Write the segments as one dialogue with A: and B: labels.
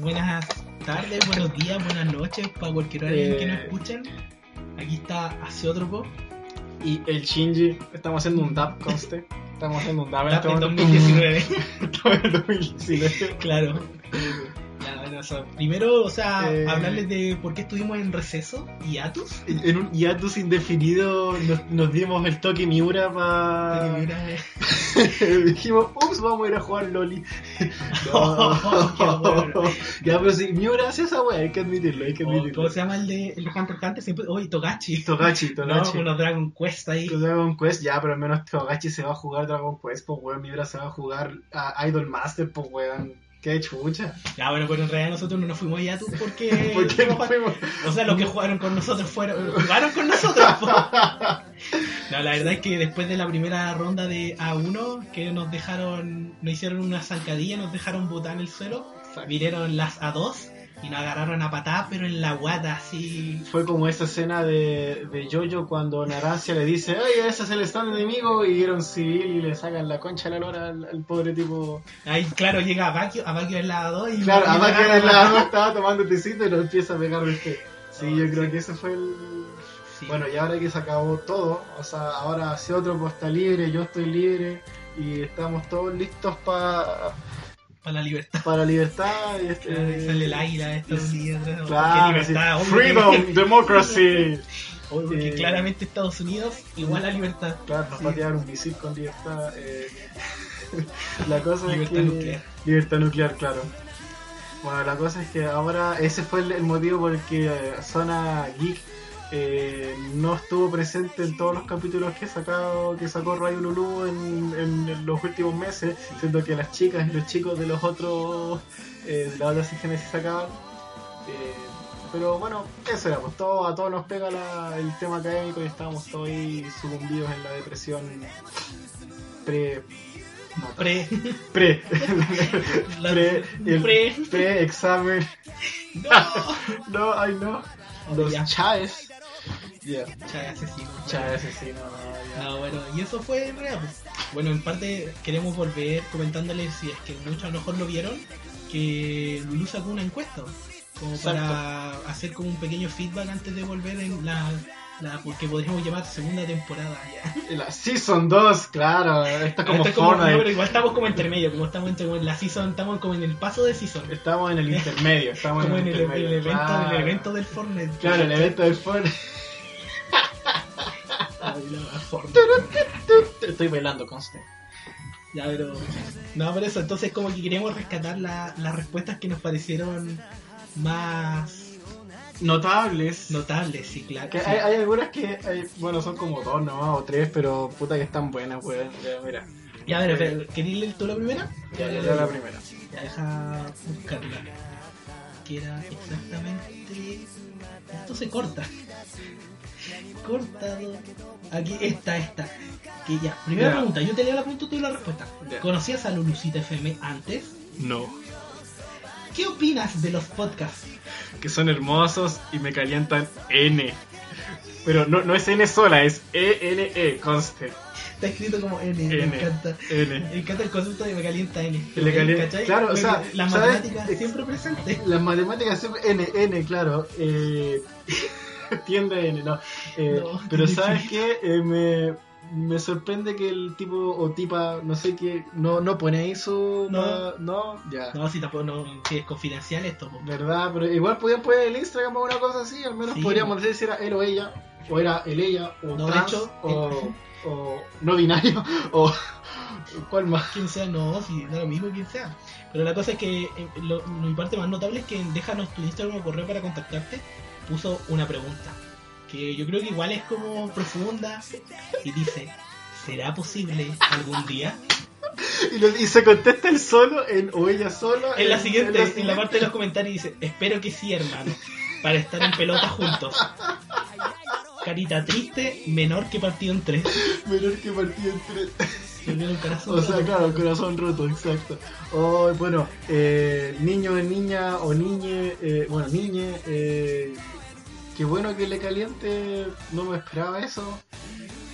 A: Buenas tardes, buenos días, buenas noches para
B: Eh,
A: cualquier hora en que nos escuchen. Aquí está Aseótropo.
B: Y el Shinji, estamos haciendo un DAP, conste. Estamos haciendo un DAP en
A: Estamos
B: este
A: en
B: momento.
A: 2019.
B: Estamos en 2019.
A: claro. Ya, bueno, o sea, primero, o sea,
B: Eh.
A: hablarles de por qué estuvimos en receso y Atus.
B: En un hiatus indefinido nos, nos dimos el toque Miura
A: Porque
B: para...
A: mira, eh,
B: Dijimos, ups, vamos a ir a jugar Loli.
A: Qué bueno.
B: ya, pero si Miura hace esa wea, hay que admitirlo, hay que
A: o-
B: admitirlo.
A: ¿Cómo se llama el de el Hunter x Hunter? Siempre, oh, y Togachi.
B: Togachi,
A: No,
B: Togachi.
A: unos Dragon Quest ahí.
B: Con Dragon Quest, ya, pero al menos Togachi se va a jugar Dragon Quest, pues weón, Miura se va a jugar a Idol Master, pues weón. Qué chucha.
A: Ya, bueno, pero en realidad nosotros no nos fuimos a Atus porque.
B: ¿Por qué no
A: fuimos-
B: fuimos?
A: O sea, los que jugaron con nosotros fueron. jugaron con nosotros. po. No, la verdad es que después de la primera ronda de A1, que nos dejaron. Nos hicieron una zancadilla, nos dejaron botar en el suelo. Vinieron las A2 y nos agarraron a patada, pero en la guata, así.
B: Fue como esa escena de, de Jojo cuando Narancia le dice, ay, ese es el stand enemigo, y era un civil y le sacan la concha a la lora al, al pobre tipo.
A: Ahí, claro, llega Abakio, Abakio es la A2 y.
B: Claro,
A: y
B: además que
A: agarra
B: era
A: a
B: la
A: patada.
B: estaba tomando tecito y lo empieza a pegar el té. Sí,
A: Oh,
B: yo
A: sí.
B: creo que ese fue el...
A: Sí.
B: Bueno, y ahora que se acabó todo, o sea, ahora hace otro pues está libre, yo estoy libre, y estamos todos listos para
A: Para la libertad.
B: para libertad. Y este...
A: Claro, y sale el águila Estados Unidos. ¿no?
B: Claro,
A: Qué libertad,
B: sí.
A: hombre.
B: Freedom, democracy.
A: Oye, Porque
B: Eh.
A: claramente Estados Unidos igual a libertad.
B: Claro, nos
A: Sí.
B: va a tirar un misil con libertad. eh, la cosa
A: Libertad
B: es que...
A: nuclear.
B: Libertad nuclear, claro. Bueno, la cosa es que ahora ese fue el, el motivo por el que eh, Zona Geek eh, no estuvo presente en todos los capítulos que sacado, que sacó Radio Lulu en, en- en los últimos meses, siendo que las chicas y los chicos de los otros, eh, de las otras secciones sí sacaban. Eh, pero bueno, eso era, pues todo, a todos nos pega la- el tema académico y estábamos todos ahí sucumbidos en la depresión pre... no,
A: Pre.
B: pre
A: La-
B: pre, el-
A: pre.
B: pre examen
A: No.
B: no ay no los
A: Oh, Ya.
B: chaves ya
A: Chai asesino.
B: chaves asesino no, ya.
A: No, bueno, y eso fue en realidad, pues. Bueno, en parte queremos volver comentándoles si es que muchos a lo mejor lo vieron, que Lulu sacó una encuesta. pues, Como
B: Exacto.
A: para hacer como un pequeño feedback antes de volver en la, la que podríamos llamar segunda temporada ya.
B: la season 2 claro esto es como
A: Esto es no, pero
B: Fortnite
A: igual estamos como intermedio, como estamos entre como en la season, estamos como en el paso de season.
B: estamos en el intermedio estamos
A: Como en el,
B: intermedio,
A: el evento,
B: claro.
A: el evento del Fortnite.
B: claro el evento del Fortnite
A: Ay, la Fortnite.
B: estoy bailando conste
A: Ya, pero. No, por eso, entonces, como que queremos rescatar la- las respuestas que nos parecieron más
B: notables
A: notables, sí, claro.
B: Que
A: sí.
B: hay, hay algunas que, hay- bueno, son como dos nomás o tres, pero puta que están buenas, weón. Ya, mira,
A: Ya, pero, pero ¿querías leer tú la primera?
B: ya, ya, ya la primera.
A: Ya, deja buscarla. Que era exactamente. Esto se corta. Cortado. Aquí, esta, esta. Que ya, primera
B: Ya.
A: pregunta, yo te leo la pregunta y tú la respuesta.
B: Ya.
A: ¿Conocías a Lulucita FM antes?
B: No.
A: ¿Qué opinas de los podcasts?
B: que son hermosos y me calientan N. Pero no, no es N sola, es E-N-E, conste.
A: Está escrito como N,
B: N.
A: me encanta.
B: N.
A: Me encanta el concepto de me calienta N.
B: Le calienta-
A: ¿Cachai?
B: claro, o
A: Me-
B: sea,
A: la
B: ¿sabes?
A: matemática
B: Ex-
A: siempre presente.
B: Las matemáticas siempre N, N, claro. Eh, tiende N, no. Eh,
A: No,
B: pero
A: sí.
B: ¿sabes qué? Eh, me, me sorprende que el tipo o tipa, no sé qué, no, no pone ahí su...
A: No.
B: no, ya.
A: No, si tampoco no, si es confidencial esto. pues, po.
B: ¿Verdad? Pero igual podían poner el Instagram o una cosa así, al menos
A: Sí.
B: podríamos decir si era él o ella, o era él ella, o
A: No, de
B: trans,
A: hecho,
B: o, o no binario, o cuál más.
A: Quien sea, no, si da lo mismo quien sea. Pero la cosa es que eh, lo- mi parte más notable es que en déjanos tu Instagram o correo para contactarte. Puso una pregunta que yo creo que igual es como profunda y dice: ¿Será posible algún día?
B: Y, lo- y se contesta él solo, en, o ella solo.
A: En la siguiente, en la,
B: siguiente.
A: parte de los comentarios dice, espero que sí, hermano, para estar en pelota juntos. Carita triste, menor que partido en tres.
B: Menor que partido entre.
A: Me vieron corazón.
B: O sea, claro, corazón roto, exacto. O bueno, eh, niño, niña o niñe, eh, bueno, niñe, eh, qué bueno que le caliente, no me esperaba eso.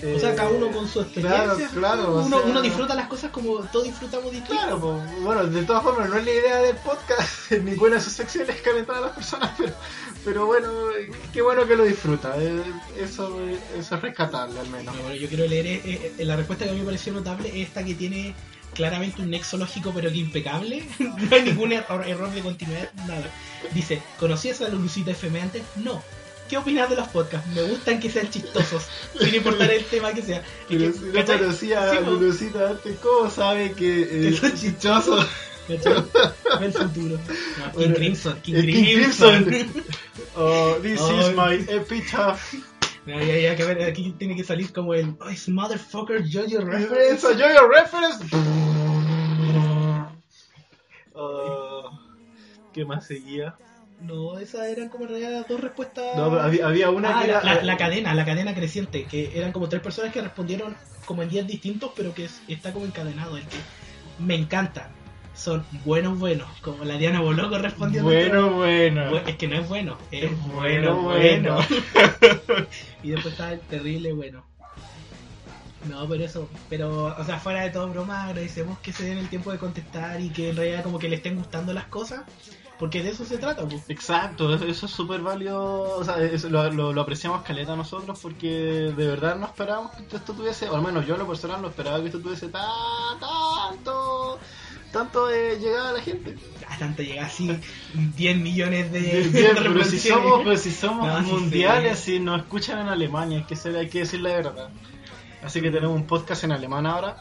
A: O sea, cada uno con su
B: Claro,
A: experiencia.
B: claro. o
A: uno,
B: sea,
A: uno disfruta las cosas como todos disfrutamos distinto.
B: Claro, pues, bueno, de todas formas no es la idea del podcast, ni buena de sus secciones calentar a las personas, pero, pero bueno, qué bueno que lo disfruta, eh, eso, eso es rescatable al menos.
A: No, bueno, yo quiero leer eh, eh, la respuesta que a mí me pareció notable es esta que tiene claramente un nexo lógico pero que impecable. no hay ningún error, error de continuidad, nada. Dice, ¿conocías a la Lucita FM antes? No. ¿Qué opinas de los podcasts? Me gustan que sean chistosos, sin importar el tema que sea. Y que,
B: Pero si no
A: ¿cachai?
B: conocía
A: Sí,
B: a
A: po.
B: Lulucita antes, ¿cómo sabe que
A: Que
B: eh,
A: son
B: es chichoso?
A: ¿Cachai? Ve el futuro. No, King
B: Bueno,
A: Crimson, King
B: eh, King
A: Crimson.
B: Crimson. Oh, this
A: Oh.
B: is my epitaph.
A: No, ya, ya, que ver, aquí tiene que salir como el "Oh, es motherfucker Jojo reference.
B: Reference, yo your reference. Oh, ¿Qué más seguía?
A: No, esas eran como en realidad las dos respuestas.
B: No, pero había, había una
A: Ah,
B: que
A: la,
B: era.
A: la- la cadena, la cadena creciente, que eran como tres personas que respondieron como en días distintos, pero que es- está como encadenado. El que me encanta, son buenos, buenos. Como la Diana Boloco respondió.
B: bueno, bueno.
A: Bu- Es que no es bueno, es
B: Es
A: bueno,
B: bueno,
A: bueno. y después está el terrible bueno. No, pero eso, pero, o sea, fuera de todo broma, agradecemos que se den el tiempo de contestar y que en realidad como que le estén gustando las cosas, porque de eso se trata, pues.
B: Exacto, eso- eso es súper válido, o sea, eso lo, lo- lo apreciamos caleta nosotros porque de verdad no esperábamos que esto tuviese, o al menos yo en lo personal no esperaba que esto tuviese tan, tanto, tanto de llegada a la gente.
A: Ah, tanto llega así 10 millones de,
B: Bien,
A: de
B: pero si
A: reproducciones.
B: somos, pero si somos
A: No, sí,
B: mundiales, si nos escuchan en Alemania, hay que, ser, hay que decir la verdad. Así que tenemos un podcast en alemán ahora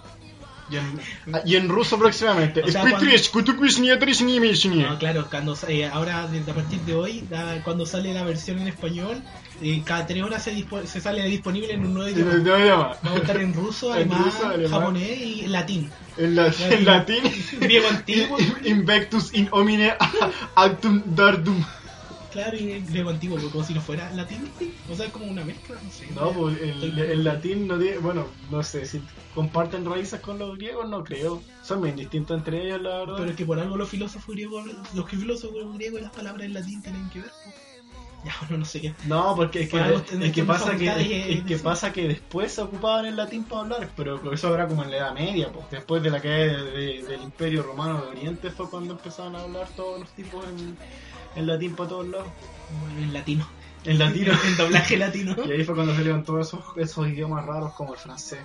B: y en, y en ruso próximamente.
A: O sea,
B: Speak
A: cuando-
B: Trish, Kutuk Vishnia, Trish, Nimi, Shnia.
A: No, claro, cuando sa- eh, ahora desde a partir de hoy, da- cuando sale la versión en español, eh, cada tres horas se, dispo- se sale disponible en un nuevo
B: Y nos-
A: idioma.
B: nos llama.
A: Vamos a estar en ruso,
B: En
A: alemán,
B: ruso, alemán.
A: japonés y latín.
B: En la- en latín.
A: Griego antiguo,
B: In- Invectus in homine actum dardum.
A: claro, y griego antiguo, porque como si no fuera latín. O sea, es como una mezcla, no sé.
B: No, pues el, el latín no tiene. Bueno, no sé, si comparten raíces con los griegos, no creo. Son bien distintos entre ellos, la verdad.
A: Pero es que por algo los filósofos griegos, hablan- los que filósofos griegos y las palabras en latín tienen que ver. pues. Ya, bueno, no sé qué.
B: No, porque es que,
A: Por algo
B: es que
A: tenemos
B: pasa que
A: facultades,
B: es que
A: sí.
B: pasa que después se ocupaban el latín para hablar, pero eso era como en la Edad Media, pues después de la caída de- de- del Imperio Romano de Oriente fue cuando empezaron a hablar todos los tipos en, en latín para todos lados,
A: Bueno, en latino.
B: en latino.
A: El doblaje latino.
B: y ahí fue cuando salieron todos esos, esos idiomas raros como el francés.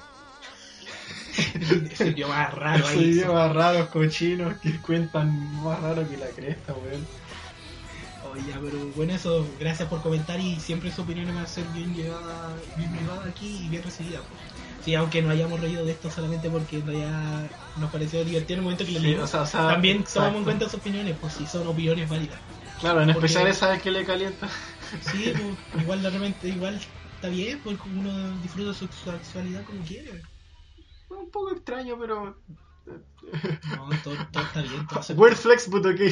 A: Es el idioma raro
B: Esos
A: ahí.
B: idiomas raros, cochinos, que cuentan más raro que la cresta, weón.
A: Oye, pero bueno, eso, gracias por comentar y siempre su opinión va a ser bien llevada, bien privada aquí y bien recibida. pues. Sí, aunque no hayamos reído de esto solamente porque en realidad nos pareció divertido en el momento que lo
B: Sí, o
A: leímos.
B: sea, o sea,
A: También
B: exacto.
A: tomamos en cuenta sus opiniones, pues si son opiniones válidas.
B: Claro, en
A: porque-
B: especial esa que le calienta.
A: Sí, pues, igual de repente, igual está bien, porque uno disfruta su sexualidad como quiere.
B: Un poco extraño, pero.
A: No, todo, todo está bien, todo se-
B: Weird flex, but okay.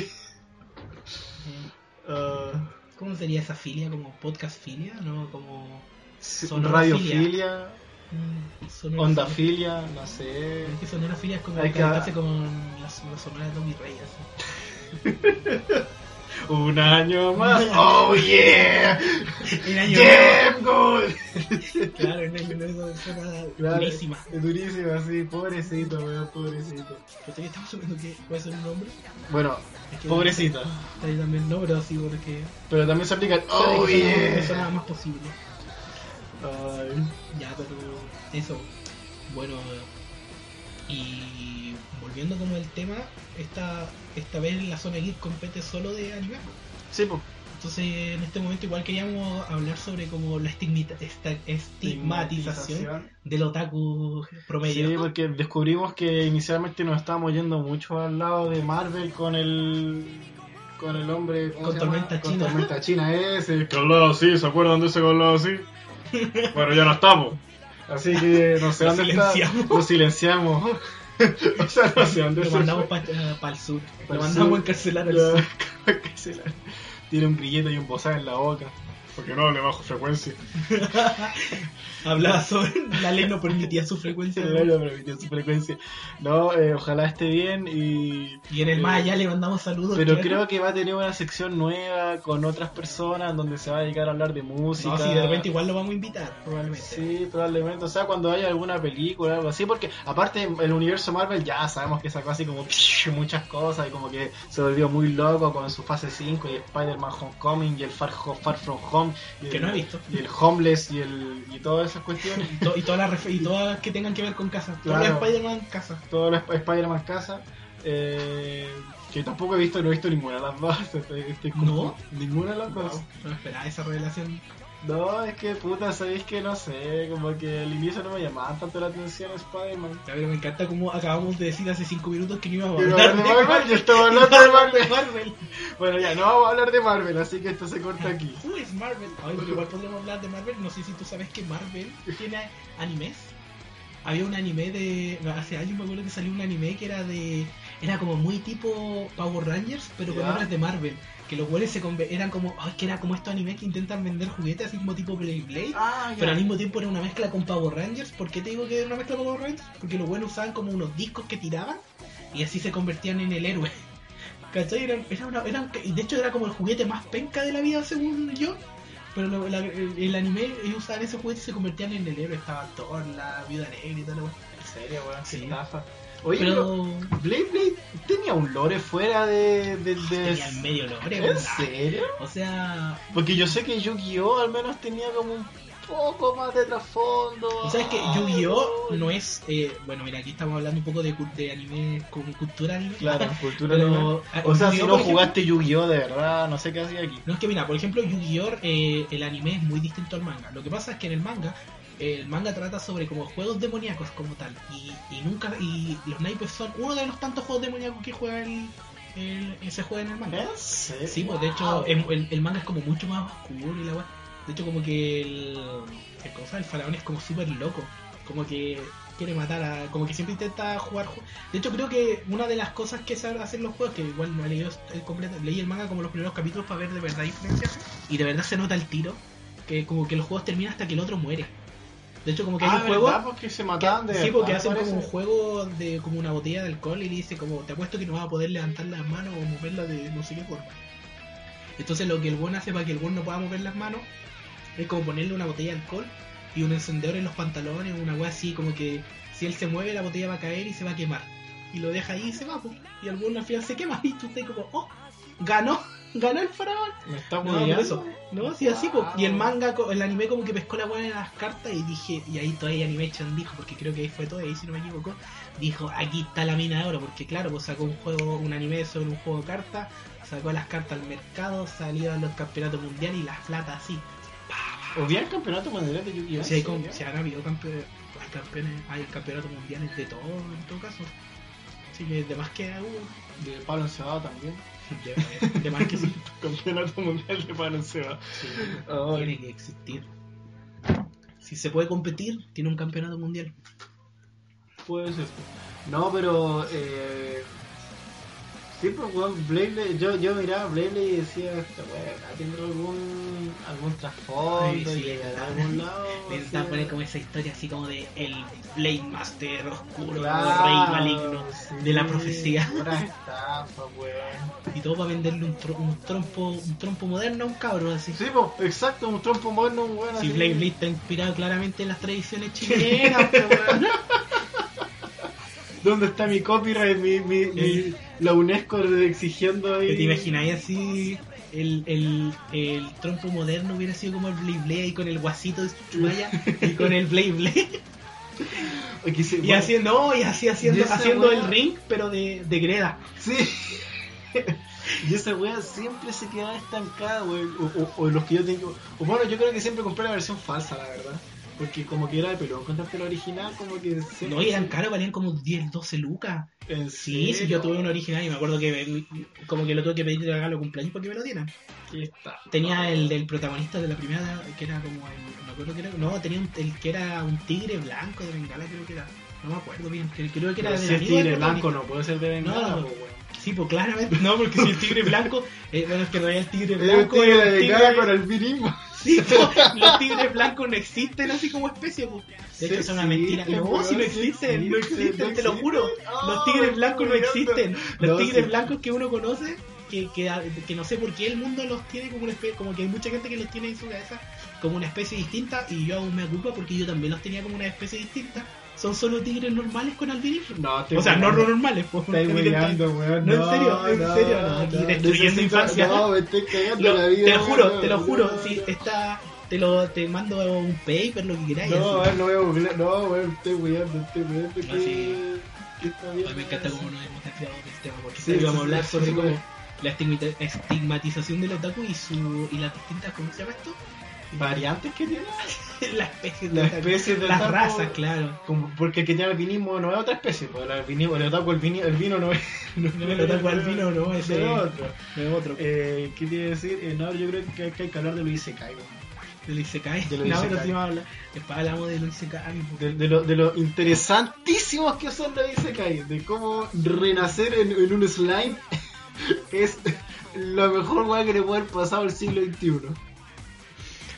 A: eh,
B: Ah,
A: ¿Cómo sería esa filia? ¿Como podcast filia? ¿No? Como...
B: sí,
A: Sonorafilia.
B: radiofilia,
A: mm, son-
B: ondafilia, no sé.
A: Es que sonora filia es como
B: Hay que-
A: cantarse con las, las sonoras de Tommy Rey. así.
B: Un año más. Oh yeah.
A: En año
B: Damn good.
A: nuevo, Claro, en año nuevo suena
B: Claro,
A: durísima.
B: es Durísima, sí. Pobrecito, weón, pobrecito.
A: Pero todavía estamos subiendo que puede ser un nombre.
B: Bueno,
A: Es que-
B: pobrecita.
A: Está ahí también, no, pero sí, porque.
B: Pero también se aplica el
A: Claro,
B: oh
A: es que suena-
B: yeah.
A: suena más posible.
B: Ay,
A: Ya, pero eso. Bueno, y volviendo como el tema, esta, esta vez la zona geek compete solo de anime.
B: Sí, pues.
A: Entonces, en este momento igual queríamos hablar sobre como la estigmita- esta- estigmatización del otaku promedio.
B: Sí, porque descubrimos que inicialmente nos estábamos yendo mucho al lado de Marvel con el con el hombre ¿cómo
A: Con
B: se llama?
A: Tormenta
B: Con
A: China.
B: Tormenta China ese que hablaba así, ¿se acuerdan de ese que hablaba así? Bueno, ya no estamos. Así que no sé
A: Lo
B: dónde está.
A: silenciamos.
B: Lo silenciamos. o sea, no sé dónde
A: lo
B: se
A: mandamos
B: fue.
A: para el sur.
B: Pa'l
A: Lo
B: sur.
A: mandamos a encarcelar al
B: Ya,
A: sur.
B: que se la- Tiene un grillete y un bozal en la boca. Porque no hable bajo frecuencia.
A: Hablaba sobre la ley no permitía su frecuencia.
B: No, no permitió su frecuencia. No, eh, ojalá esté bien y...
A: Y en el más allá le mandamos saludos.
B: Pero
A: claro.
B: creo que va a tener una sección nueva con otras personas donde se va a dedicar a hablar de
A: No,
B: música.
A: sí, de repente igual lo vamos a invitar, probablemente.
B: Sí, probablemente. O sea, cuando haya alguna película o algo así, porque aparte el universo Marvel ya sabemos que sacó así como muchas cosas y como que se volvió muy loco con su fase 5 y Spider-Man Homecoming y el Far, Far From Home y
A: Que
B: el,
A: no he visto.
B: y el Homeless y, el, y todas esas cuestiones.
A: Y, to- y todas las ref- y todas las que tengan que ver con casa. Todo lo de
B: Claro.
A: Spider-Man, casa.
B: Todo lo Sp- Spider-Man Casa. eh, que tampoco he visto, no he visto ninguna de las dos. Estoy- estoy
A: ¿No?
B: Ninguna de las dos.
A: Wow, no esperaba esa revelación.
B: No, es que puta, sabéis que no sé, como que al inicio no me llamaba tanto la atención Spider-Man.
A: Ya, pero me encanta como acabamos de decir hace 5 minutos que no íbamos a
B: Pero
A: hablar de
B: de Marvel,
A: Marvel.
B: yo estaba hablando de Marvel.
A: Marvel.
B: Bueno, ya, no vamos a hablar de Marvel, así que esto se corta aquí.
A: Who is Marvel? Ay, pero igual podríamos hablar de Marvel. No sé si tú sabes que Marvel tiene animes. Había un anime de. Hace años me acuerdo que salió un anime que era de. Era como muy tipo Power Rangers, pero con
B: Ya.
A: obras de Marvel. Que los güeyes se conve- eran como. Ay, que era como estos animes que intentan vender juguetes, así como tipo Beyblade.
B: Ah,
A: Pero al mismo tiempo era una mezcla con Power Rangers. ¿Por qué te digo que era una mezcla con Power Rangers? Porque los buenos usaban como unos discos que tiraban y así se convertían en el héroe. ¿Cachai? Era, era una- era un- y de hecho era como el juguete más penca de la vida, según yo. Pero lo- la- el, el anime, ellos usaban ese juguete y se convertían en el héroe. Estaba Thor, la viuda negra y tal.
B: En serio, weón,
A: Sí.
B: qué estafa. Oye, pero...
A: Pero
B: Blade Blade tenía un lore fuera de... de, de-
A: tenía el medio lore,
B: ¿En
A: weón.
B: serio?
A: O sea,
B: Porque yo sé que Yu-Gi-Oh al menos tenía como un poco más de trasfondo.
A: ¿Y ¿Sabes que
B: Ay,
A: Yu-Gi-Oh! no es. eh, bueno, mira, aquí estamos hablando un poco de, cul- de anime con cultura anime.
B: Claro, cultura
A: Pero-
B: anime.
A: ah,
B: O sea, si
A: Yu-Gi-Oh,
B: no
A: por ejemplo-
B: jugaste Yu-Gi-Oh de verdad, no sé qué hacía aquí.
A: No es que mira, por ejemplo, Yu-Gi-Oh! eh, el anime es muy distinto al manga. Lo que pasa es que en el manga, eh, el manga trata sobre como juegos demoníacos como tal. Y, y nunca, y los naipes son uno de los tantos juegos demoníacos que juega el, el- eh, se juega en el manga.
B: ¿En serio?
A: Sí, pues de
B: ah,
A: hecho, em- el, el manga es como mucho más oscuro y la weá. De hecho, como que el, el, ¿cómo se llama? el faraón es como súper loco. Como que quiere matar a. Como que siempre intenta jugar. ju- De hecho, creo que una de las cosas que saben hacer los juegos, que igual no he leído el completo, leí el manga como los primeros capítulos para ver de verdad influencias. Y de verdad se nota el tiro. Que como que los juegos terminan hasta que el otro muere. De hecho, como que hay
B: ah,
A: un juego.
B: ¿verdad? Porque se mataban de
A: Sí,
B: verdad,
A: porque hacen como un
B: parece.
A: juego de como una botella de alcohol y le dice como te apuesto que no vas a poder levantar las manos o moverlas de no sé qué forma. Entonces lo que el buen hace para que el buen no pueda mover las manos es como ponerle una botella de alcohol y un encendedor en los pantalones, una wea así como que si él se mueve la botella va a caer y se va a quemar. Y lo deja ahí y se va, po. y el buen al final se quema y tú estás como, oh, ganó, ganó el faraón.
B: Me está
A: No,
B: hueveando.
A: por eso. No, sí, así, po.
B: Wow.
A: Y el manga, co- el anime como que pescó la buena en las cartas y dije, y ahí todavía Animation dijo, porque creo que ahí fue todo, ahí si no me equivoco, dijo, aquí está la mina de oro, porque claro, pues sacó un juego, un anime sobre un juego de cartas, sacó las cartas al mercado, salieron los campeonatos mundiales y las plata así.
B: ¿O bien el campeonato mundial de Yu-Gi-Oh?
A: Si, hay com-
B: ¿En
A: si
B: serio?
A: han habido campeones, hay campeones, hay campeonatos mundiales de todo, en todo caso. Así que de más que hubo,
B: De palo encebado también.
A: de, de más que sí,
B: Campeonato mundial de palo encebado.
A: tiene que existir. Si se puede competir, tiene un campeonato mundial.
B: Puede ser. No, pero. Eh... Sí, pues, weón, Beyblade- yo, yo miraba Blade y decía, esta weá, ¿tendrá algún, algún
A: Ay,
B: trasfondo?
A: sí,
B: ¿Llegará a
A: claro.
B: algún lado?
A: Pensaba
B: Sí.
A: poner como esa historia así como de el Blade Master oscuro,
B: Claro,
A: rey maligno de la
B: sí,
A: profecía.
B: Una estafa, weón.
A: Y todo para venderle un, tro- un trompo un trompo moderno a un cabro así.
B: Sí, pues, exacto, un trompo moderno, un weón.
A: Si
B: así.
A: Blade Blade está inspirado claramente en las tradiciones chilenas, po, weón.
B: ¿Dónde está mi copyright? Mi, mi, mi- la UNESCO exigiendo ahí.
A: ¿Te imagináis así? El, el, el trompo moderno hubiera sido como el Blade Blade ahí con el guasito de Chubaya y con el Blade Blade.
B: Aquí se-
A: Y
B: bueno,
A: así, no, y así haciendo,
B: Y esa
A: haciendo
B: weá-
A: el ring, pero de, de greda.
B: Sí. y esa wea siempre se quedaba estancada, wey. O, o- o los que yo tengo. O bueno, yo creo que siempre compré la versión falsa, la verdad. Porque como que era de pelón, contaste la original, como que siempre.
A: No, y eran caros, valían como 10, 12 lucas.
B: En
A: Sí, sí,
B: serio.
A: yo tuve un original y me acuerdo que me- como que lo tuve que pedir de regalo de cumpleaños porque me lo dieran.
B: Aquí está.
A: Tenía
B: Ah.
A: el del protagonista de la primera, que era como el, no me acuerdo que era, no, tenía un- el que era un tigre blanco de Bengala creo que era, no me acuerdo bien, que- creo que era
B: Pero
A: del
B: si es
A: amigo del
B: tigre blanco,
A: protagonista.
B: no puede ser de
A: No,
B: bengala,
A: no,
B: po, weón.
A: Sí, pues claramente no, porque si el tigre blanco, eh, bueno, es que no hay el tigre
B: Es un
A: blanco.
B: tigre
A: era un
B: de
A: tigre-
B: cara con albinismo.
A: Sí, pues, los tigres blancos no existen así como especie, pues. De hecho,
B: Sí,
A: es una mentira.
B: sí,
A: No,
B: weón,
A: si no
B: sí
A: existen,
B: existen,
A: no
B: no
A: existen, te lo
B: existen.
A: juro. Los
B: Ah,
A: tigres
B: me
A: blancos no
B: estoy mirando.
A: existen. Los
B: No,
A: tigres
B: sí.
A: blancos que uno conoce, que, que, que no sé por qué el mundo los tiene como una especie, como que hay mucha gente que los tiene en su cabeza como una especie distinta y yo aún me ocupo porque yo también los tenía como una especie distinta. Son solo tigres normales con albinismo.
B: No, te
A: O sea, no
B: no,
A: normales, pues.
B: Estáis
A: evidentemente.
B: hueveando, weón.
A: No, en serio, en serio, no, aquí destruyendo
B: Necesito-
A: infancia.
B: No, me estoy cagando
A: Lo-
B: la vida.
A: te lo juro,
B: weón.
A: te lo juro.
B: No,
A: Si
B: no.
A: está, te lo te mando un paper, lo que queráis.
B: No,
A: así.
B: weón, no voy a googlear. No, weón, estoy hueveando, estoy hueveando.
A: No,
B: que-
A: sí.
B: que está
A: Ay,
B: bien.
A: me encanta cómo nos hemos desviado del tema, porque
B: Sí,
A: hoy
B: sí,
A: vamos a
B: sí,
A: hablar
B: sí,
A: sobre
B: sí,
A: cómo
B: güey.
A: la estigmata- estigmatización del otaku y su y las distintas, ¿cómo se llama esto?
B: Variantes que tiene.
A: las especies de
B: La
A: otaku.
B: especie de
A: las
B: otaku-
A: razas, claro.
B: Como porque el que tiene albinismo no es otra especie, pues el albinismo, el otaku albini- albino no es.
A: No, el otaku albino no,
B: es
A: ese-
B: de otro.
A: De otro.
B: Eh, ¿Qué te iba a decir? Eh, no, yo creo que hay que, hay que hablar de los Isekai, weón.
A: Del Isekai.
B: de lo
A: no,
B: Isekai.
A: pero sí vamos a hablar. Después hablamos de lo Isekai. po.
B: de, de lo, de lo interesantísimos que son los Isekai, de cómo renacer en, en un slime es la mejor weá que le puede haber pasado al siglo XXI.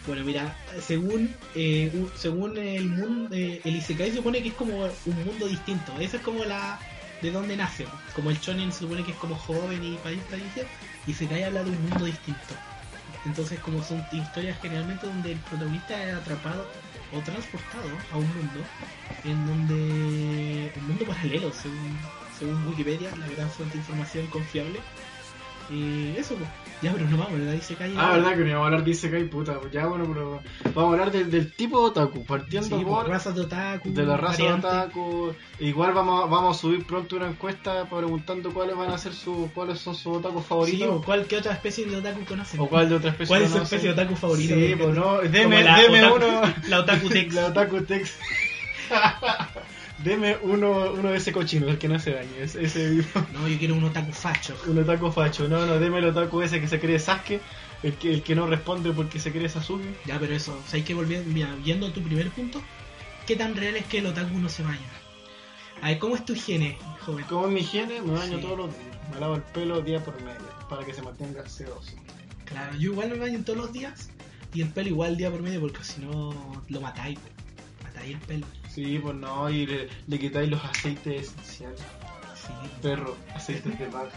A: Bueno, mira, según eh, u- según el mundo, eh, el Isekai se supone que es como un mundo distinto. Esa es como la de donde nace. Como el shonen se supone que es como joven y país tradición, Isekai habla de un mundo distinto. Entonces, como son historias generalmente donde el protagonista es atrapado o transportado a un mundo en donde un mundo paralelo, según, según Wikipedia, la gran fuente de información confiable. Y eso, pues. ya, pero no vamos, ¿verdad? Isekai.
B: Ah, verdad que no vamos a hablar de Isekai, puta, pues ya bueno, pero vamos a hablar del- del tipo de otaku, partiendo
A: Sí,
B: por
A: por razas de otaku,
B: de la raza de
A: variantes.
B: otaku. Igual vamos a, vamos a subir pronto una encuesta preguntando cuáles van a ser sus cuáles son sus otaku
A: Sí, o
B: favoritos
A: cuál, ¿qué otra especie de otaku conocen?
B: o cuál de otra especie
A: ¿Cuál es su
B: conocen.
A: especie de otaku favorita?
B: Sí, pues no, deme,
A: la
B: deme
A: otaku-
B: uno.
A: La otaku tex.
B: La Otaku Tex. Deme uno, uno de ese cochino, el que no se dañe. Ese, ese mismo.
A: No, yo quiero un otaku facho.
B: Un otaku facho. No, no, deme el otaku ese que se cree Sasuke. El que, el que no responde porque se cree Sasuke.
A: Ya, pero eso, o sea, hay que volver, mira, viendo tu primer punto, ¿qué tan real es que el otaku no se baña? A ver, ¿cómo es tu higiene, joven?
B: Como es mi higiene, me baño
A: Sí.
B: todos los días. Me lavo el pelo día por medio para que se mantenga sedoso.
A: Claro, yo igual me baño todos los días y el pelo igual día por medio porque si no lo matáis. Matáis el pelo.
B: Sí, pues no, y le, le quitáis los aceites esenciales.
A: Sí.
B: Perro, aceites de vaca.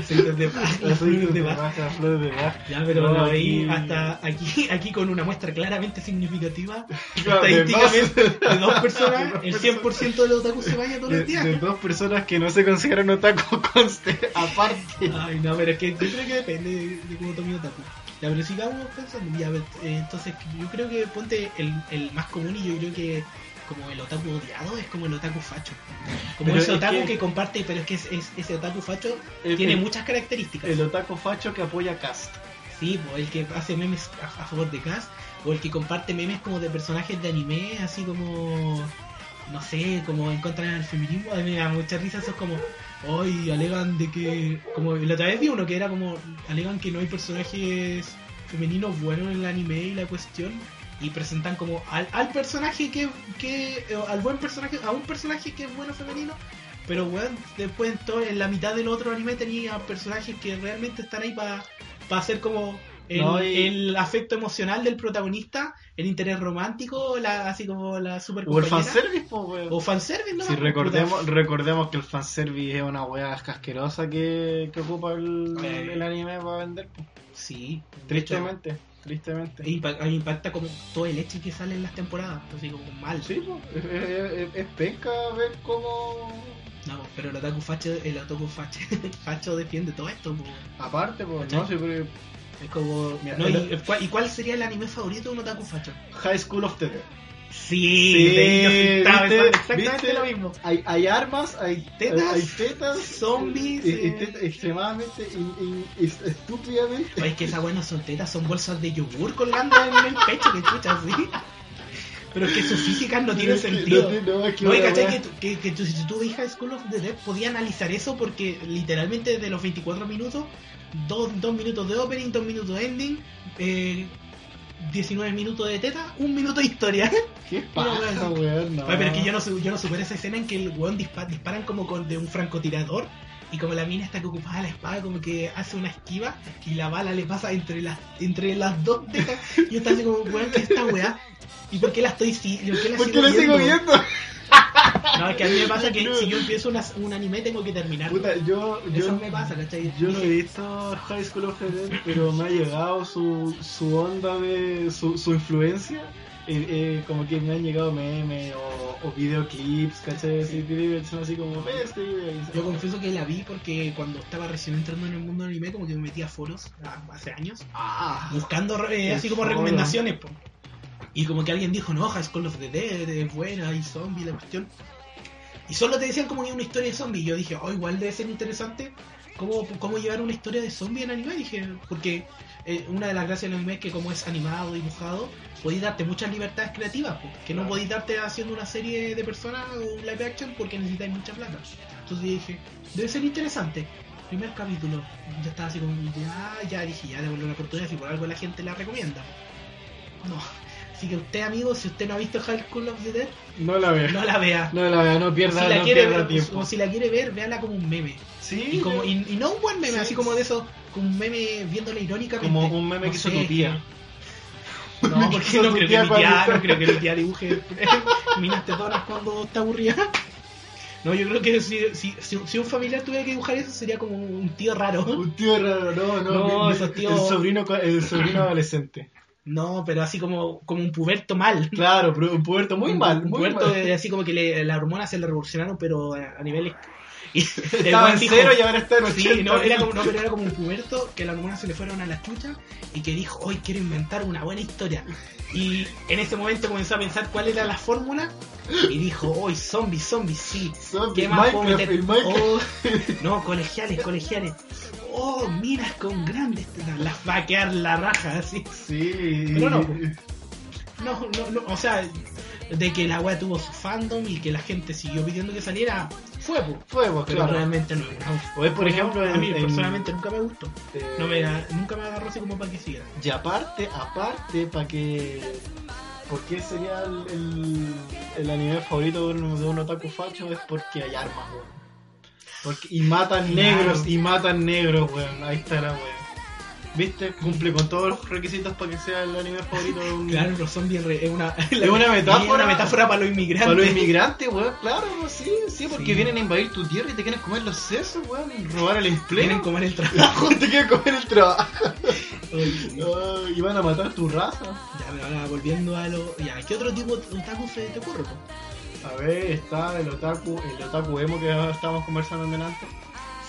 A: Aceites de paja,
B: Aceites de
A: de paja.
B: vaca, flores de vaca.
A: Ya, pero
B: No,
A: no, ahí
B: aquí-
A: hasta aquí, aquí con una muestra claramente significativa,
B: Claro, de
A: estadísticamente de, dos
B: de
A: personas,
B: dos
A: el 100% de los otakus se baña todos
B: De,
A: los días.
B: de dos personas que no se consideran otaku conste aparte.
A: Ay, no, pero es que yo creo que depende de, de cómo tome otaku. Ya, pero sigamos pensando. Ya, pero, eh, entonces, yo creo que ponte el, el más común y yo creo que como el otaku odiado es como el otaku facho. Como
B: Pero
A: ese
B: es
A: otaku que...
B: que-
A: comparte, pero es que es- es- ese otaku facho
B: El-
A: tiene
B: el-
A: muchas características.
B: El otaku facho que apoya a Cast.
A: Sí, po, el que hace memes a, a favor de Cass, o el que comparte memes como de personajes de anime, así como, no sé, como en contra del feminismo, a mí me da mucha risa, eso es como, hoy alegan de que, como la otra vez vi uno que era como, alegan que no hay personajes femeninos buenos en el anime y la cuestión, y presentan como al, al personaje que, que, eh, al buen personaje, a un personaje que es bueno femenino, pero weón, después en, todo- en la mitad del otro anime tenía personajes que realmente están ahí para hacer como el,
B: No, y-
A: el afecto emocional del protagonista, el interés romántico, la, así como la super
B: O el
A: compañera.
B: fanservice, po, weón.
A: O fanservice, ¿no?
B: Si recordemos, recordemos que el fanservice es una wea asquerosa que, que ocupa el,
A: Eh.
B: el anime para vender. po.
A: Sí, de hecho, e
B: Tristemente, tristemente.
A: impa- a mí impacta como todo el hecho que sale en las temporadas, pues, así como mal.
B: Sí, po, es, es- es- es penca ver cómo.
A: No, pero el otaku facho, el otaku facho, facho defiende todo esto. po.
B: Aparte, pues,
A: ¿Cachai?
B: no sé, pero
A: Es como...
B: Mira,
A: no, y,
B: el-
A: ¿cuál, y cuál sería el anime favorito de un otaku facho?
B: High School of the Dead.
A: Sí,
B: Sí,
A: de ellos estaba
B: ¿viste?
A: pensando exactamente
B: ¿viste?
A: lo mismo.
B: Hay, hay armas, hay
A: Tetas,
B: hay tetas
A: zombies,
B: y-
A: eh.
B: y tetas extremadamente, y- y- y- estúpidamente
A: Oye, es que esas buenas son tetas, son bolsas de yogur colgando en el pecho, que escuchas, sí. Pero es que sus físicas no tienen
B: Es que
A: sentido.
B: No, tiene- no, es que
A: No, y
B: una
A: cachai
B: wea-
A: que, tú- que, que tú- si tú veías High School of the Dead, podía analizar eso porque literalmente desde los 24 minutos, 2, minutos de opening, 2 minutos de ending, eh, 19 minutos de teta, 1 minuto de historia.
B: Qué paja,
A: wea-
B: weón. No.
A: Oye, pero es que yo no, su- yo no supero esa escena en que el weón dispa- disparan como con, de un francotirador Y como la mina está que ocupada la espada, como que hace una esquiva y la bala le pasa entre las, entre las dos tetas. Y yo estaba así como, weón, ¿qué es esta weá? ¿Y por qué la estoy si, ¿Por qué la,
B: ¿Por qué lo sigo viendo?
A: No, es que a mí me pasa que
B: No.
A: si yo empiezo una- un anime tengo que terminar.
B: Puta, yo,
A: Eso
B: yo,
A: me pasa, ¿cachai?
B: yo no he visto High School of the Dead, pero me ha llegado su, su onda de. su, su influencia. Eh, eh, como que me han llegado memes o, o videoclips, ¿cachai? Así, videoclips, son así como, ve este video. y-
A: Yo confieso que la vi porque cuando estaba recién entrando en el mundo del anime, como que me metía a foros ah, hace años,
B: Ah,
A: buscando eh,
B: El
A: así como
B: foro.
A: recomendaciones. po. Y como que alguien dijo, no, High School of the Dead es buena, hay zombies, la cuestión. Y solo te decían como que una historia de zombies. Y yo dije, oh, igual debe ser interesante cómo, cómo llevar una historia de zombie en anime. Dije, porque eh, una de las gracias del anime es que como es animado, dibujado, podéis darte muchas libertades creativas, po, que no
B: Claro.
A: podéis darte haciendo una serie de personas o un live action porque necesitáis mucha plata. Entonces dije, debe ser interesante. Primer capítulo, ya estaba así como, ya, ya dije, ya devolver una oportunidad si por algo la gente la recomienda. No. Así que usted, amigo, si usted no ha visto High School of the Dead,
B: no la veo.
A: no la vea.
B: No la vea, no
A: O si
B: pierda,
A: la
B: no
A: quiere
B: pierda
A: ver,
B: tiempo.
A: o si la quiere ver, véala como un meme.
B: Sí,
A: Y, como, y, y no un buen meme,
B: Sí.
A: así como de esos, como un meme viéndole irónicamente.
B: como un meme
A: No
B: que hizo
A: sé,
B: tu tía.
A: No, porque no
B: Tu
A: creo
B: tía
A: que mi
B: cuando
A: tía,
B: está-
A: no creo que mi tía dibuje minas tetonas cuando está aburrida. No, yo creo que si, si, si, si un familiar tuviera que dibujar eso sería como un tío raro.
B: Un tío raro, no, no,
A: No,
B: mi- mi-
A: esos tíos-
B: el sobrino, co- el sobrino adolescente.
A: No, pero así como, como un puberto mal.
B: Claro, pero un puerto muy
A: un,
B: mal,
A: un
B: muy
A: puberto
B: mal.
A: de- así como que le, las hormonas se le revolucionaron, pero a, a niveles... Y el
B: Estaba
A: buen
B: en
A: dijo,
B: cero y ahora está en 80.
A: Sí, no, era como, no, pero era como un puberto que las hormonas se le fueron a la chucha y que dijo, hoy quiero inventar una buena historia. Y en ese momento comenzó a pensar cuál era la fórmula y dijo, hoy zombies, zombies, sí.
B: Zombie,
A: ¿Qué más puedo
B: Minecraft,
A: meter?
B: el Minecraft.
A: Oh, no, colegiales, colegiales. Oh, minas con grandes tetas, las va a quedar la raja así.
B: Sí.
A: Pero no. No, no, no, o sea, de que la wea tuvo su fandom y que la gente siguió pidiendo que saliera, fue, po.
B: Fue, pues,
A: pero
B: claro.
A: realmente no es una-
B: O es, por ejemplo,
A: a
B: en-
A: mí
B: en-
A: personalmente nunca me gustó.
B: eh,
A: No me, nunca me agarró así como para que siga.
B: Y aparte, aparte, para que. ¿Por qué sería el, el, el anime favorito de un, de un otaku facho? Es porque hay armas, weón. Porque, y matan
A: Claro.
B: negros, y matan negros, weón. Ahí está la weón. ¿Viste? Cumple con todos los requisitos para que sea el anime favorito de un.
A: Claro, los zombies re- es una,
B: Es una metáfora.
A: una metáfora para los inmigrantes.
B: Para los inmigrantes, weón, claro, weón, sí, sí, porque
A: Sí.
B: vienen a invadir tu tierra y te quieren comer los sesos, weón, y robar el
A: Vienen a
B: empleo.
A: comer el trabajo.
B: Claro, te quieren comer el trabajo.
A: Oye,
B: Ay, y van a matar tu raza.
A: Ya, pero ahora volviendo a lo. Ya, ¿qué otro tipo de otaku se te ocurre? po?
B: A ver, está el otaku, el otaku emo que estábamos conversando delante.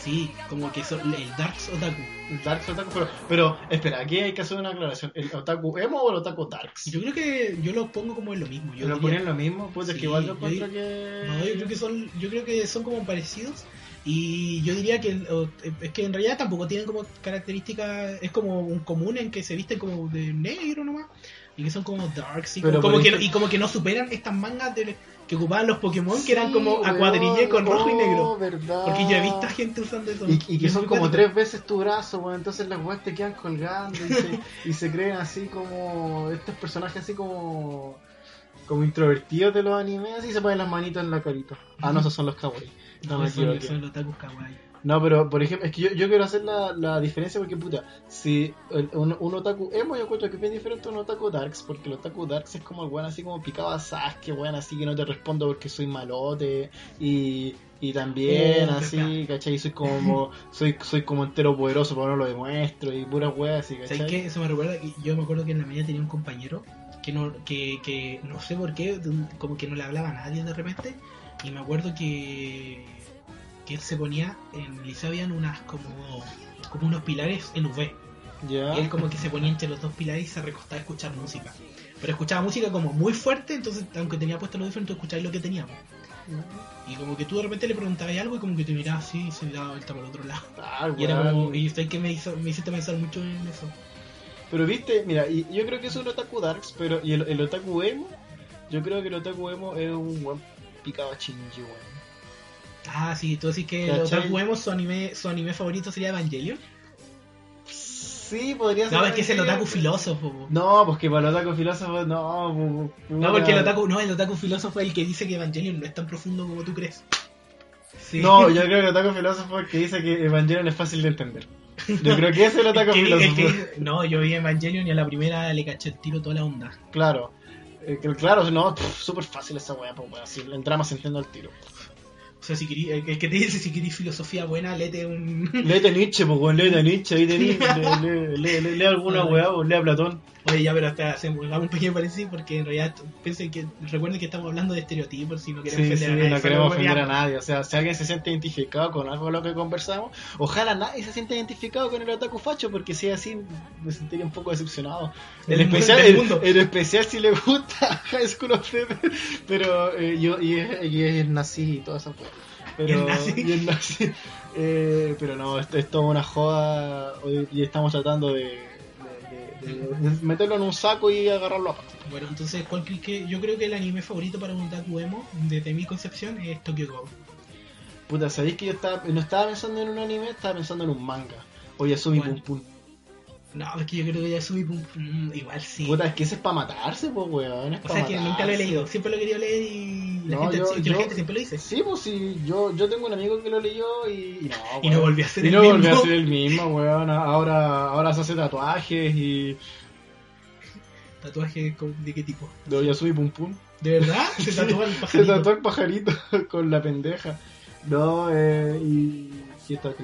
A: Sí, como que son el Darks Otaku.
B: El Darks otaku, pero, pero espera, aquí hay que hacer una aclaración. ¿El otaku emo o el otaku darks?
A: Yo creo que yo lo pongo como en lo mismo. Yo
B: ¿Lo
A: diría-
B: ponían lo mismo? Pues es
A: Sí,
B: que igual yo
A: yo
B: encuentro
A: di-
B: que...
A: No, yo creo que son, yo creo que son como parecidos. Y yo diría que o, es que en realidad tampoco tienen como características, es como un común en que se visten como de negro nomás, y que son como darks y,
B: Pero
A: como
B: por
A: que,
B: ejemplo-
A: y como que no superan estas mangas de- que ocupaban los Pokémon que eran
B: Sí,
A: como a
B: weón,
A: cuadrille con rojo y
B: oh,
A: negro.
B: verdad.
A: Porque yo he visto a gente usando eso.
B: Y, y que
A: es
B: son
A: muy
B: como
A: cuático.
B: tres veces tu brazo, weón. Entonces las weas te quedan colgando y se, y se creen así como. Estos personajes así como. Como introvertidos de los animes, así se ponen las manitas en la carita. Ah, no, esos son los kawaii. No,
A: No,
B: me
A: son,
B: equivoqué.
A: son los otakus kawaii.
B: No, pero por ejemplo, es que yo, yo quiero hacer la, la diferencia porque, puta, si el- un, un otaku emo yo encuentro que es bien diferente a un otaku darks, porque el otaku darks es como el weón así como picado a Sasuke, weón así que no te respondo porque soy malote y, y también
A: Oh,
B: así, ¿cachai? Soy como, soy, soy como entero poderoso pero no lo demuestro y puras weas así, ¿cachai?
A: ¿Sabes qué? Eso me recuerda que yo me acuerdo que en la media tenía un compañero que no, que, que no sé por qué, de un- como que no le hablaba a nadie de repente. Y me acuerdo que, que él se ponía, en Liceo habían unas como, como unos pilares en UV.
B: Ya.
A: Y él como que se ponía entre los dos pilares y se recostaba a escuchar música. Pero escuchaba música como muy fuerte, entonces aunque tenía puesto los audífonos, tú escuchabas lo que teníamos. Y como que tú de repente le preguntabas algo y como que te miraba así y se daba vuelta por el otro lado.
B: Ah,
A: Y era
B: weón.
A: como, y sabes que me, hizo, me hiciste pensar mucho en eso.
B: Pero viste, mira, y yo creo que es un otaku darks, pero y el, el otaku emo, yo creo que el otaku emo es un weón picado a chingy, weón.
A: Ah, sí, tú decís que los
B: ¿Cachai?
A: otaku emo, su anime, su anime favorito sería Evangelion.
B: Sí, podría ser.
A: No, es que es el otaku
B: filósofo.
A: filósofo. po.
B: No, porque para el otaku filósofo, no. bu- bu-
A: No, porque el
B: puta.
A: otaku, no, el otaku filósofo es el que dice que Evangelion no es tan profundo como tú crees. Sí.
B: No, yo creo que Otaku Filósofo que dice que Evangelion es fácil de entender. Yo creo que ese es el Otaku
A: Es que- es
B: Filósofo.
A: que- no, yo vi Evangelion y a la primera le caché el tiro toda la onda.
B: Claro. Eh, que- claro, no, pff, súper fácil esa weá, pues weá. Si en drama se entiende al tiro.
A: O sea, si querí, el el que te dice si querís filosofía buena, léete un.
B: Léete Nietzsche, pues weón, léete Nietzsche, ahí tenés, lee, lee, lee, lee- lee alguna weá, pues lea Platón.
A: Oye, ya, pero hasta hacemos hagamos un pequeño paréntesis porque en realidad piensen que. Recuerden que estamos hablando de estereotipos y no queremos
B: Sí, sí,
A: ofender a nadie.
B: no
A: solo
B: queremos ofender a
A: hueveamos.
B: nadie. O sea, si alguien se siente identificado con algo de lo que conversamos, ojalá nadie se siente identificado con el otaku facho, porque si es así, me sentiría un poco decepcionado. En
A: Del mundo-
B: especial,
A: del
B: en-
A: mundo.
B: en especial si le gusta High School of Death, pero eh, yo, y es, y es el nazi y toda esa cosa. Pero,
A: Y el nazi.
B: y el nazi. Eh, pero no, esto es toda una joda hoy- y estamos tratando de, de- de- de- de meterlo en un saco y agarrarlo a patas.
A: Bueno, entonces, ¿cuál crees que- yo creo que el anime favorito para un otaku emo, desde mi concepción, es Tokyo Go.
B: Puta, ¿sabéis que yo estaba, no estaba pensando en un anime? Estaba pensando en un manga. Oye, Yasumi
A: ¿Cuál?
B: Pum Pum.
A: No, es que yo creo que ya subí. pum, pum, igual sí.
B: Puta, es que ese es para matarse, pues, weón. Es
A: o
B: pa'
A: sea, que nunca lo he
B: matarse.
A: leído. Siempre lo he querido leer y. La,
B: No,
A: gente,
B: yo-
A: sí, que la
B: yo-
A: gente siempre lo dice.
B: Sí, pues sí, yo, yo tengo un amigo que lo leyó y, y no,
A: Y no
B: weón.
A: volví a ser
B: Y
A: el
B: no volvió a
A: mismo.
B: ser el mismo, weón. Ahora, ahora se hace tatuajes y.
A: ¿Tatuaje con- de qué tipo?
B: De Yasumi Pum Pum.
A: ¿De verdad? Se tatuó el
B: Se
A: pajarito.
B: tatuó el pajarito con la pendeja. No, eh. Y. Y está aquí.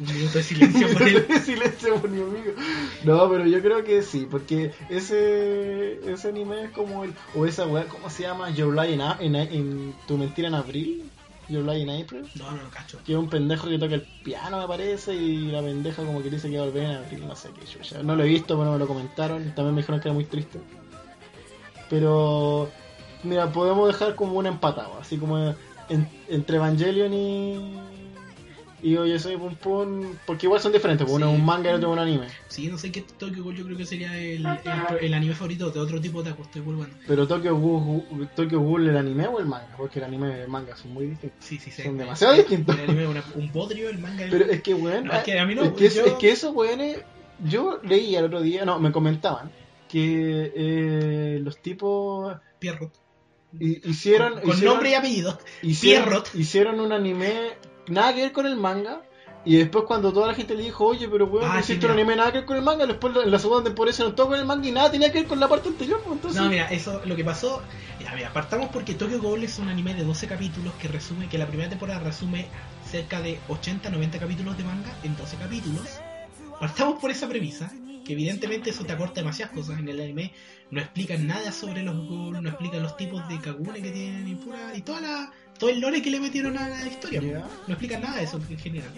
A: Un minuto de silencio por él.
B: Silencio por mi amigo. No, pero yo creo que sí, porque ese ese anime es como el. O esa weá, ¿cómo se llama? Your Lie in, A- en, en Tu Mentira en Abril. Your Lie in April.
A: No, no, no, cacho.
B: Que es un pendejo que toca el piano, me parece, y la pendeja como que dice que va a volver en abril, no sé qué. Yo ya no lo he visto, pero me lo comentaron. También me dijeron que era muy triste. Pero. Mira, podemos dejar como una empatada, así como en- entre Evangelion y. Y Oye Soy Pum Pum, porque igual son diferentes, porque uno
A: Sí.
B: es un manga y el otro es un anime.
A: Sí, no sé qué Tokyo Ghoul yo creo que sería el, el, el anime favorito de otro tipo de otaku, estoy volviendo.
B: Pero Tokyo Ghoul, Tokyo Ghoul, el anime o el manga, porque el anime y el manga son muy distintos.
A: Sí, sí, sí.
B: Son demasiado distintos.
A: El anime es una- un podrio, el manga es-
B: Pero es que, weón,
A: No, es que a mí no,
B: es, que eso-
A: yo-
B: es que esos weones, yo leí el otro día, no, me comentaban que eh, los tipos
A: Pierrot.
B: hi- hicieron,
A: Con
B: hicieron,
A: nombre y apellido.
B: hicieron,
A: Pierrot.
B: hicieron un anime nada que ver con el manga. Y después cuando toda la gente le dijo, oye, pero weón,
A: Ah,
B: no
A: sí,
B: hiciste un
A: mira.
B: anime nada que ver con el manga, después en la segunda temporada se notó con el manga y nada tenía que ver con la parte anterior, pues, entonces...
A: No, mira, eso lo que pasó. Ya, mira, partamos porque Tokyo Ghoul es un anime de 12 capítulos que resume, que la primera temporada resume cerca de 80, 90 capítulos de manga en 12 capítulos. Partamos por esa premisa, que evidentemente eso te acorta demasiadas cosas en el anime. No explican nada sobre los Ghoul, no explican los tipos de Kagune que tienen y pura. y toda la, todo el lore que le metieron a la historia.
B: Ya.
A: No explican nada de eso en general.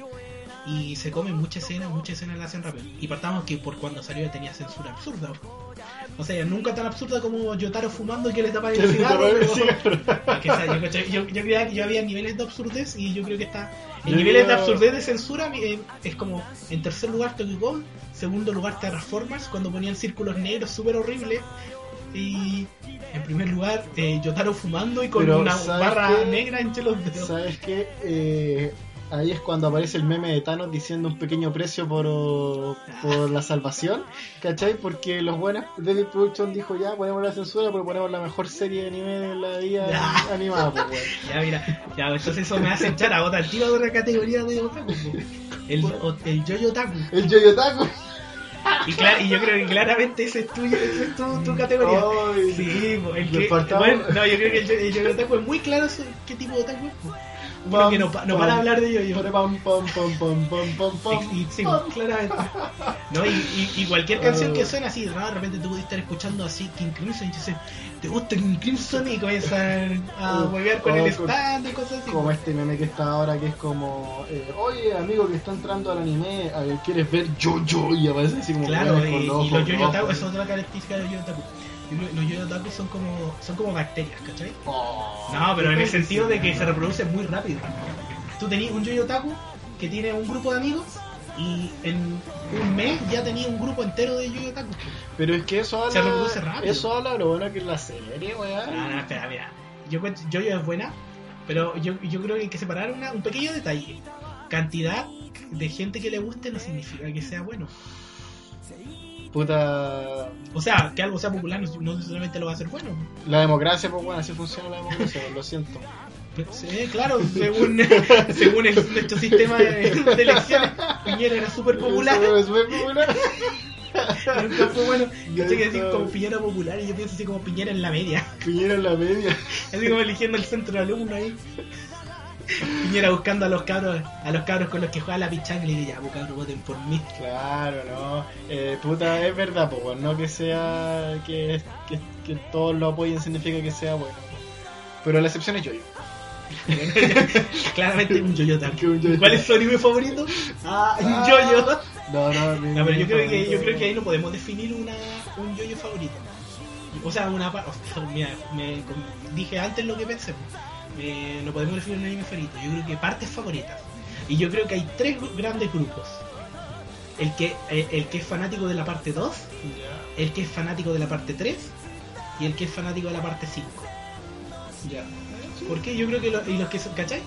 A: Y se comen muchas escenas, muchas escenas la hacen rápido. Y partamos que por cuando salió tenía censura absurda. O sea, nunca tan absurda como Yotaro fumando y que le tapan el cigarro. pero- Porque, o sea, yo, cacho- yo- yo creía que yo había niveles de absurdez y yo creo que está. El
B: Yo
A: nivel de
B: creo-
A: absurdez de censura eh, es como en tercer lugar Tokyo Ghoul, segundo lugar Terraformers cuando ponían círculos negros súper horribles y en primer lugar eh, Yotaro fumando y con
B: Pero,
A: una
B: ¿sabes
A: barra
B: qué?
A: negra entre los dedos.
B: ¿Sabes qué? Eh, ahí es cuando aparece el meme de Thanos diciendo un pequeño precio por, oh, por la salvación, ¿cachai? Porque los buenos David Production dijo ya, ponemos la censura, pero ponemos la mejor serie de anime de la vida
A: Ya.
B: animada, pues, weón.
A: Ya, mira, ya, entonces eso me hace echar a otra al tiro de otra categoría de otaku. po. El, o- el yoyo otaku.
B: El Yoyo Taco.
A: Y, cla- y yo creo que claramente ese es tuyo, esa es tu, tu categoría.
B: Ay,
A: Sí, po, el
B: Le
A: que.
B: faltaba-
A: bueno, no, yo creo que el, yo- el yoyo otaku es muy claro su- qué tipo de otaku es. po. Uno que no, pa- no para de hablar de yoyo.
B: Pam, pam, pam, pam, pam, pam, pam.
A: Y- y- sí, po, claramente. No, y, y- y cualquier canción
B: Oh.
A: que suena así, ¿no? de repente tú puedes estar escuchando así King Crimson y dices, ¿te gusta King Crimson? Y comienzan a huevear con el
B: Oh, con-
A: stand y cosas así. po.
B: Como este meme que está ahora, que es como, eh, oye amigo que está entrando al anime, a ver, ¿quieres ver Jojo? Y aparece así como
A: Claro,
B: weones
A: y,
B: con
A: y
B: ojos
A: los yoyo otaku
B: rojos.
A: es otra característica de los yoyo otaku. Y lo- Los yoyo otaku son como, son como bacterias, ¿cachai?
B: Oh,
A: No, pero en el sentido de que se
B: reproduce
A: reproducen muy rápido. Tú tenías un yoyo otaku que tiene un grupo de amigos y en un mes ya tenía un grupo entero de yoyo otaku.
B: Pero es que eso habla.
A: Se reproduce rápido. Ah.
B: Eso habla de lo bueno que es la serie,
A: No, no,
B: weón.
A: no, espera, mira. Yo cuento- yoyo es buena, pero yo, yo creo que hay que separar una- un pequeño detalle. Cantidad de gente que le guste no significa que sea bueno.
B: Puta.
A: O sea, que algo sea popular no, no necesariamente lo va a hacer bueno.
B: La democracia, pues bueno, así funciona la democracia, lo siento.
A: Sí, claro, según, según el, nuestro sistema de, de elecciones, Piñera era súper popular.
B: Es súper popular.
A: Nunca fue bueno. Yo
B: Ya
A: sé que decir
B: está.
A: como Piñera popular y yo pienso así como Piñera en la media.
B: Piñera en la media.
A: Así como eligiendo el centro de alumnos ahí. Piñera buscando a los cabros, a los cabros con los que juega la pichanga y le dice, ya, pues, cabros, voten por mí.
B: Claro, no. Eh, puta, es verdad, pues bueno, no que sea. Que, que, que todos lo apoyen significa que sea bueno. pues. Pero la excepción es Yoyo.
A: Claramente un yoyo
B: Que un yo-yo.
A: también. ¿Cuál es su anime favorito? Ah,
B: Ah.
A: un yoyo.
B: No, no, mi-
A: No, pero
B: mi
A: yo creo que
B: favorito-
A: yo creo que ahí no podemos definir una, un yoyo favorito. O sea, una pa- o sea, mira, me como dije antes lo que pensé. Eh, no podemos definir un anime favorito. Yo creo que partes favoritas. Y yo creo que hay tres gru- grandes grupos. El que eh, el que es fanático de la parte 2,
B: Ya,
A: el que es fanático de la parte 3 y el que es fanático de la parte 5.
B: ya.
A: Porque yo creo que lo- y los que son, ¿cachai?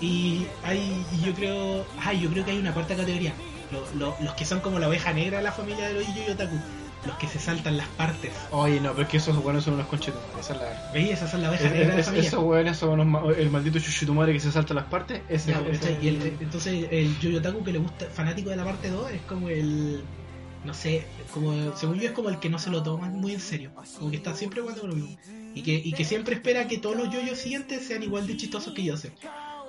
A: Y hay, y yo creo, ah, yo creo que hay una cuarta categoría. Lo- lo- los que son como la oveja negra de la familia de los Iyu y Otaku. Los que se saltan las partes.
B: Oye, no, pero es que esos buenos son unos conchetumales, esa es la verdad.
A: ¿Veis? Esas son la oveja negra de la
B: Eh, Es- es-
A: familia.
B: Esos weones son unos ma- el maldito chuchutumare que se salta las partes. Ese
A: Ya, pues,
B: ese-
A: ¿cachai? Y el- entonces el Yoyo Taku que le gusta, fanático de la parte 2, es como el. No sé, como según yo es como el que no se lo toma muy en serio. Como que está siempre jugando con lo mismo. Y que, y que siempre espera que todos los yoyos siguientes sean igual de chistosos que Joseph.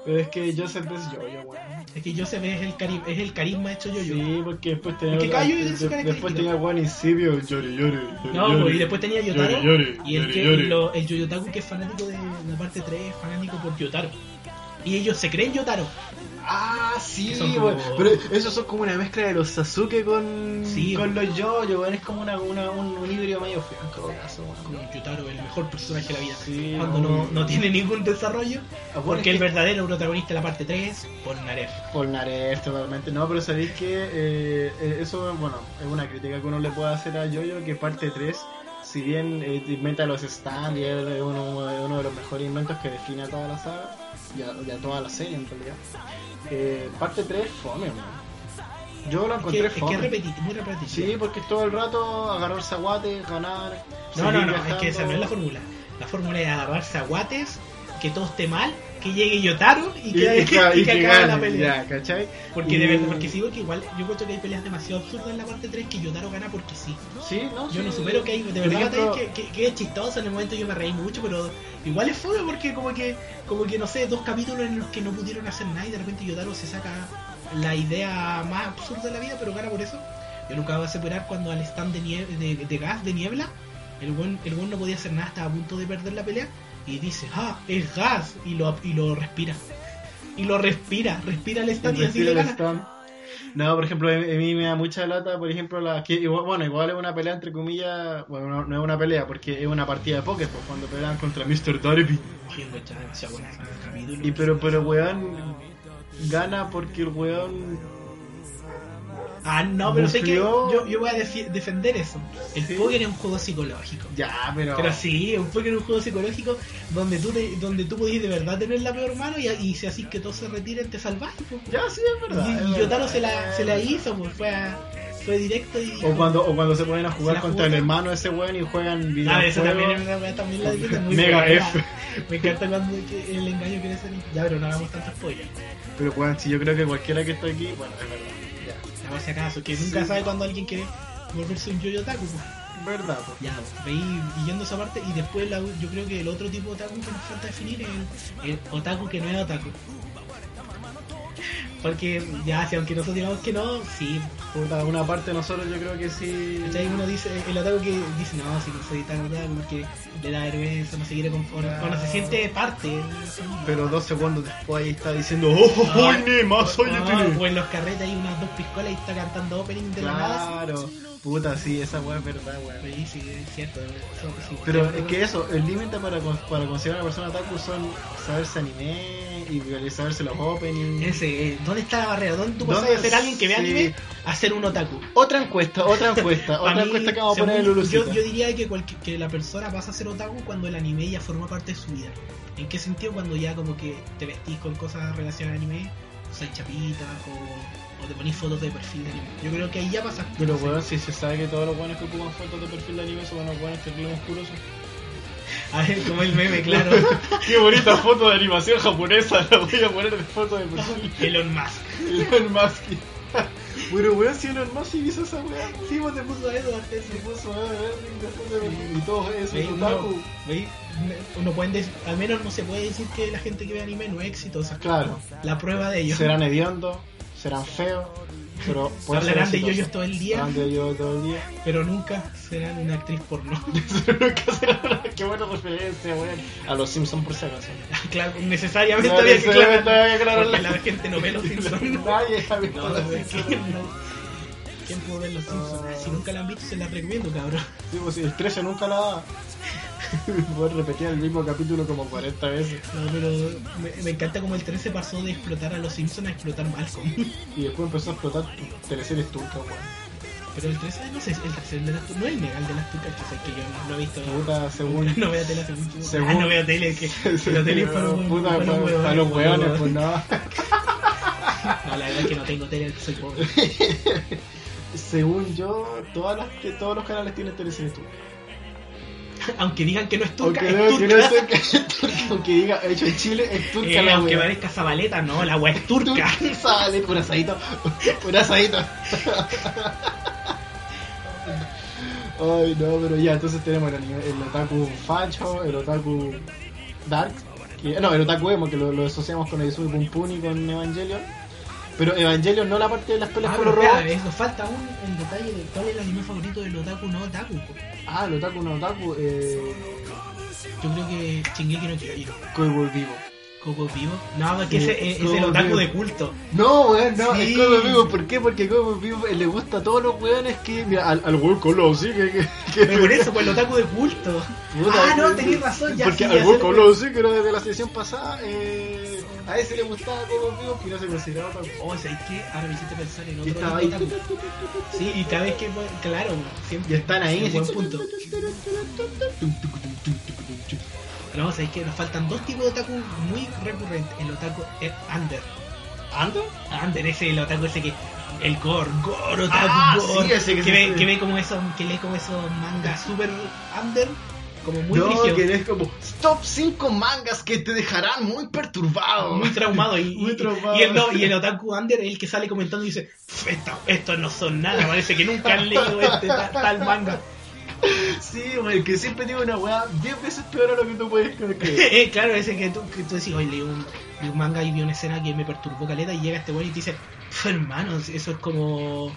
B: Pero es que Joseph es Yoyo, weón.
A: Es que Joseph es el, cari es el carisma hecho yoyo.
B: Sí, porque después tenía.
A: Porque
B: otra-
A: cada yoyo tiene su
B: de- después
A: característica.
B: tenía weón insibio, Yori Yori. Yori,
A: No, pues,
B: Yori.
A: y después tenía Yotaro.
B: Yori Yori.
A: Y el,
B: Yori
A: que,
B: Yori.
A: y lo- el Yoyotaku que es fanático de la parte 3 es fanático por Yotaro. Y ellos se creen Yotaro.
B: Ah, sí,
A: Que son como-
B: weón. Pero esos son como una mezcla de los Sasuke con,
A: Sí,
B: con los Yoyo, weón. Es como una, una, un, un híbrido medio feo. en todo caso,
A: Como
B: weón.
A: Yotaro, el mejor personaje de la vida.
B: Sí,
A: Cuando
B: no.
A: no, no tiene ningún desarrollo.
B: Ah, bueno,
A: Porque
B: es
A: el
B: que-
A: verdadero protagonista de la parte 3 es Polnareff.
B: Por Nares, totalmente. No, pero sabéis que eh, eh, eso, bueno, es una crítica que uno le puede hacer a Yoyo, que parte 3, si bien eh, inventa los stands y es uno, es uno de los mejores inventos que define a toda la saga, y a, y a toda la serie en realidad, eh, parte 3 fome, man. Yo lo
A: Es que,
B: encontré
A: es que
B: fome.
A: es repeti- muy repetitivo.
B: sí, pues, porque es todo el rato agarrar zaguate, ganar.
A: no, no,
B: seguir
A: no, es
B: viajando.
A: que esa no es la fórmula. La fórmula es agarrarse a guates, que todo esté mal, que llegue Yotaro y
B: Y,
A: que,
B: y que-
A: y
B: y
A: que
B: que
A: acabe la
B: gane,
A: pelea.
B: ya, Uh. ¿cachai?
A: Porque de verdad,
B: Y-
A: porque sí, porque igual yo creo que hay peleas demasiado absurdas en la parte 3 que Yotaro gana porque sí.
B: Sí, no,
A: Yo no
B: sí.
A: supero que hay, de
B: Por
A: verdad
B: ejemplo,
A: batallas que, que- que es chistoso, en el momento yo me reí mucho, pero igual es fome porque como que, como que no sé, dos capítulos en los que no pudieron hacer nada y de repente Yotaro se saca la idea más absurda de la vida, pero gana por eso. Yo nunca voy a separar cuando al stand de, nie- de, de gas, de niebla, el buen, el buen no podía hacer nada, estaba a punto de perder la pelea y dice, ah, es gas, y lo, y lo respira. Y lo respira, respira el stand y así
B: Respira
A: le
B: el
A: gana.
B: stand. No, por ejemplo, a mí- a mí me da mucha lata, por ejemplo, la que igual- bueno, igual es una pelea entre comillas, bueno, no, no es una pelea porque es una partida de póker, pues cuando pelean contra Mr. Darby.
A: Ay, enganchada, demasiado buena ese capítulo.
B: Y pero pero weón gana porque el weón
A: Ah, no, pero sé que
B: Bufeó.
A: yo, yo voy a defi- defender eso. El
B: Sí.
A: póker es un juego psicológico.
B: ya, pero
A: Pero sí, un póker es un juego psicológico donde tú te- donde tú podías de verdad tener la peor mano y, y si así que todos se retiren te salvás. po.
B: ya sí es verdad. es
A: Y, y
B: verdad,
A: Yotaro se la,
B: es
A: se la
B: verdad.
A: hizo, pues fue, a- fue directo y...
B: O cuando o cuando se ponen a
A: Se la
B: jugar
A: jugó,
B: contra el
A: sí.
B: hermano de ese weón y juegan
A: Ah, eso también es
B: videojuegos.
A: una weá, también la discuto, muy
B: Mega
A: buena.
B: F.
A: Me encanta cuando que el engaño quiere ser... Ya, pero no hagamos tantos spoilers.
B: Pero weón, si yo creo que cualquiera que está aquí, bueno, es verdad. Ya.
A: A ver si acaso, que nunca
B: Sí.
A: sabe cuando alguien quiere volverse un yo-yo taco, pues.
B: Verdad. pues.
A: Ya, veí yendo esa parte y después la- yo creo que el otro tipo de otaku que nos falta definir es el, el otaku que no es otaku. Porque ya, si aunque nosotros digamos que no, sí.
B: Puta, una parte de nosotros yo creo que sí.
A: ¿Cachai? Uno dice, el otaku que dice, no, si no soy tan otaku porque le da vergüenza, no se quiere conformar, o no se siente parte.
B: Pero dos segundos después ahí está diciendo ¡Oh, oh, oh, ni más soy
A: Ah,
B: útil".
A: O en los carretes hay unas dos piscolas y está cantando opening de la nada.
B: Claro, puta, sí, esa weá es verdad, weón.
A: Sí, sí, es cierto. eso- sí,
B: Pero
A: creo
B: es que eso, el límite para, con- para considerar a una persona otaku son saberse anime y saberse los openings.
A: Ese, eh, ¿dónde está la barrera? ¿Dónde tú
B: ¿Dónde
A: pasas de ser alguien que ve
B: sí?
A: anime a ser un otaku?
B: Otra encuesta, otra encuesta,
A: Para
B: otra
A: mí,
B: encuesta que vamos a poner en
A: según-
B: Lulucita.
A: yo, yo diría que, cualquier- que la persona pasa a ser otaku cuando el anime ya forma parte de su vida. ¿En qué sentido? Cuando ya como que te vestís con cosas relacionadas al anime, usas chapitas o O te ponís fotos de perfil de anime. Yo creo que ahí ya pasas.
B: Pero
A: no sé.
B: weón, si se sabe que todos los buenos que ocupan fotos de perfil de anime son unos buenos terribles musculosos.
A: A ver, Ah, como el meme, claro.
B: Qué bonita foto de animación japonesa, la voy a poner de foto de perfil.
A: Elon Musk.
B: Elon Musk. Bueno, weón, si Elon Musk hizo esa weá.
A: Sí, vos te puso eso antes.
B: Se puso a ver la foto de perfil y todo eso,
A: Veis,
B: es
A: uno,
B: otaku.
A: veis, uno pueden decir- al menos no se puede decir que la gente que ve anime no es exitosa.
B: Claro,
A: La prueba de ello.
B: serán hediondos, serán feos, pero pueden ser
A: Hablarán de
B: exitosos.
A: yoyos todo el día,
B: Hablarán de yoyos todo el día.
A: pero nunca serán una actriz porno.
B: Nunca será una- Qué buena referencia, weón. A los Simpsons por si acaso.
A: claro, necesariamente
B: No,
A: había que
B: necesariamente había que
A: aclarar.
B: aclararlo.
A: Porque la gente no ve los Simpsons.
B: Nadie está viendo
A: No,
B: los
A: güey,
B: Simpsons.
A: ¿quién no? ¿Quién pudo ver los Simpsons? Ah, Si nunca la han visto, se la recomiendo, cabrón.
B: Sí, pues, el 13 nunca la daba. Voy a repetir el mismo capítulo como 40 veces.
A: No, pero me, me encanta como el 13 pasó de explotar a los Simpsons a explotar Malcolm.
B: Y después empezó a explotar tu- teleseries turcas, weón.
A: Pero el 13, no sé, el 13 de las tu- no es legal de las tucas, que sé que yo no, no he visto.
B: Puta, según.
A: No veo tele hace mucho.
B: Según-
A: Ah, no veo tele, que que la tele es para los
B: Puta,
A: para los
B: para- para los
A: hueones,
B: hueones, pues no.
A: No, la verdad es que no tengo tele, soy pobre.
B: Según yo, todas las, que todos los canales tienen teleseries turcas.
A: Aunque digan que no es turca,
B: Aunque,
A: es
B: no- que no
A: turca.
B: sea que es turca, aunque diga hecho en Chile, es turca
A: Eh,
B: la
A: aunque
B: wea.
A: parezca Zabaleta, no, la agua es turca.
B: Turca, sale, un asadito. Un asadito. Ay, no, pero ya, entonces tenemos el, anime- el otaku facho, el otaku dark. que- no, el otaku emo, que lo, lo asociamos con Yusuke Pum Pum y con Evangelion. Pero Evangelion no la parte de las pelas
A: Ah,
B: con
A: pero
B: los
A: espera,
B: robots.
A: ves, nos falta un el detalle de cuál es el anime favorito del otaku no otaku. po.
B: Ah, el otaku no otaku, eh.
A: Yo creo que Shingeki no Kyojin.
B: Cowboy Vivo.
A: Coco Vivo. No, porque
B: Sí,
A: ese es, es el
B: Cowboy
A: otaku
B: Bebop.
A: de culto.
B: No, weón, no,
A: Sí.
B: es Cowboy Vivo. ¿Por qué? Porque Cowboy Vivo le gusta a todos los weones que. Mira, al, al weón con los sí, que. que, que-
A: Pero por eso, pues el otaku de culto.
B: Puta,
A: ah, no,
B: sí,
A: tenés
B: sí.
A: razón, ya
B: Porque
A: sí, ya
B: al
A: sé lo
B: Boco
A: que-
B: lo sé, que era desde la sesión pasada, eh, a ese le gustaba como vivo y no se consideraba tan
A: Oh, ¿sabes qué? Ahora me hiciste pensar en
B: Y
A: otro
B: estaba
A: tipo
B: ahí.
A: de otaku. Sí, y cada vez que. Claro, siempre.
B: Y están ahí,
A: Es un
B: así.
A: buen punto. No, sabéis que nos faltan dos tipos de otaku muy recurrentes. El otaku eh, under.
B: ¿Ando?
A: Under, ese el otaku ese que. El gore, gore, otaku,
B: Ah,
A: gore.
B: sí, ese que se-
A: ve, que ve como esos, que lee como esos mangas super under, como muy
B: no,
A: rígido,
B: que es como Top 5 mangas que te dejarán muy perturbado.
A: muy traumado. Y,
B: Muy
A: y-
B: traumado.
A: Y, el, no, y el otaku under es el que sale comentando y dice: "Pff, esto- Estos no son nada, parece que nunca han leído este ta- tal manga.
B: Sí, güey, que siempre tiene una weá 10 veces peor a lo que tú puedes creer. que-
A: Eh, claro, ese que tú, que tú decís, hoy leí un, leí un manga y vi una escena que me perturbó caleta y llega este güey y te dice, "Pf, hermano, eso es como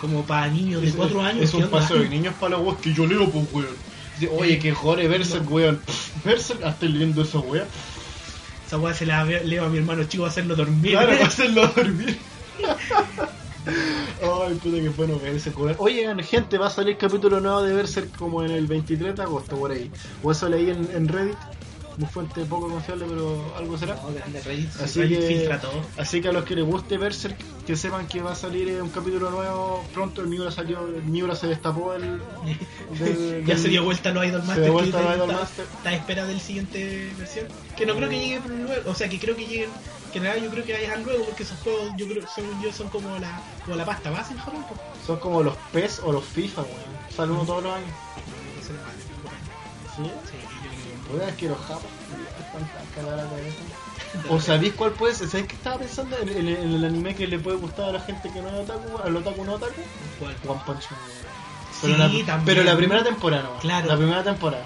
A: como para niños de
B: Es-
A: 4 años.
B: Es
A: ¿qué
B: un
A: onda?".
B: paso de niños para la weá que yo leo, pues weón. Dice, Oye, que jore Berserk, weón. Pff, Berserk, hasta leyendo esa weá.
A: Esa weá se la ve- leo a mi hermano chico a hacerlo dormir.
B: Claro, para hacerlo dormir. Ay, puta que bueno Berserk. weón. Oigan, gente, va a salir capítulo nuevo de Berserk como en el 23 de agosto, por ahí. O eso leí en, en Reddit. Una fuente poco confiable, pero algo será.
A: No, grande Reddit, si
B: Así
A: Reddit
B: que-
A: filtra todo.
B: Así que a los que les guste Berserk, que sepan que va a salir eh, un capítulo nuevo pronto. El Miura salió, el Miura se destapó el. del-
A: ya se dio vuelta a los Idol Master.
B: dio vuelta
A: que
B: a los Idol
A: está-
B: Master.
A: Está a espera del siguiente versión. Que no creo que llegue pero luego. O sea, que creo que lleguen. Que en realidad yo creo que vayan luego porque esos juegos, yo creo, según yo, son como la, como la pasta base en Japón. pues.
B: Son como los PES o los FIFA, weón. Sale uno todos los años.
A: Eso es malo. Sí, yo creo
B: ¿Sí?
A: que-
B: Puta, es que los japas están tan cagados con eso. ¿O sabéis cuál puede ser? ¿Sabéis que estaba pensando en, en- en el anime que le puede gustar a la gente que no es otaku, al otaku no otaku?
A: ¿Cuál?
B: One Punch Man.
A: Sí,
B: Pero, la,
A: también.
B: pero la primera temporada, ¿no?
A: Claro.
B: La primera temporada.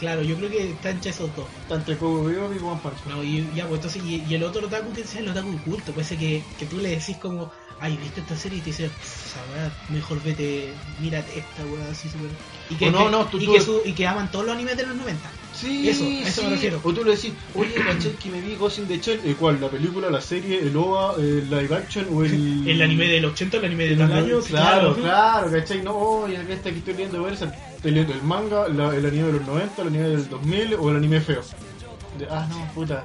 A: Claro, yo creo que están entre esos dos.
B: Está entre Kobo Vivo y One Punch Man.
A: No, y, ya, pues entonces, y, y el otro otaku que sea el otaku culto, puede ser que, que tú le decís como, ay, ¿viste esta serie? Y te dice, "Pff, esa weá, mejor vete, mírate esta weá así súper. Y que,
B: O no, no, tú-
A: y,
B: tú-
A: que su- y que aman todos los animes de los 90.
B: Sí,
A: Eso, a eso me refiero.
B: O tú le decís, oye, caché que me vi Ghost in the Shell. ¿El cuál? ¿La película, la serie, el OVA, el live action o el.
A: Mm. El anime del 80, el anime de
B: El
A: tal
B: anime-
A: año. sí,
B: Claro, claro, ¿cachai? No, oye, aquí está, aquí estoy leyendo Berserk. Estoy leyendo el manga, la- el anime de los 90, el anime del 2000 o el anime feo. De- ah, no, puta.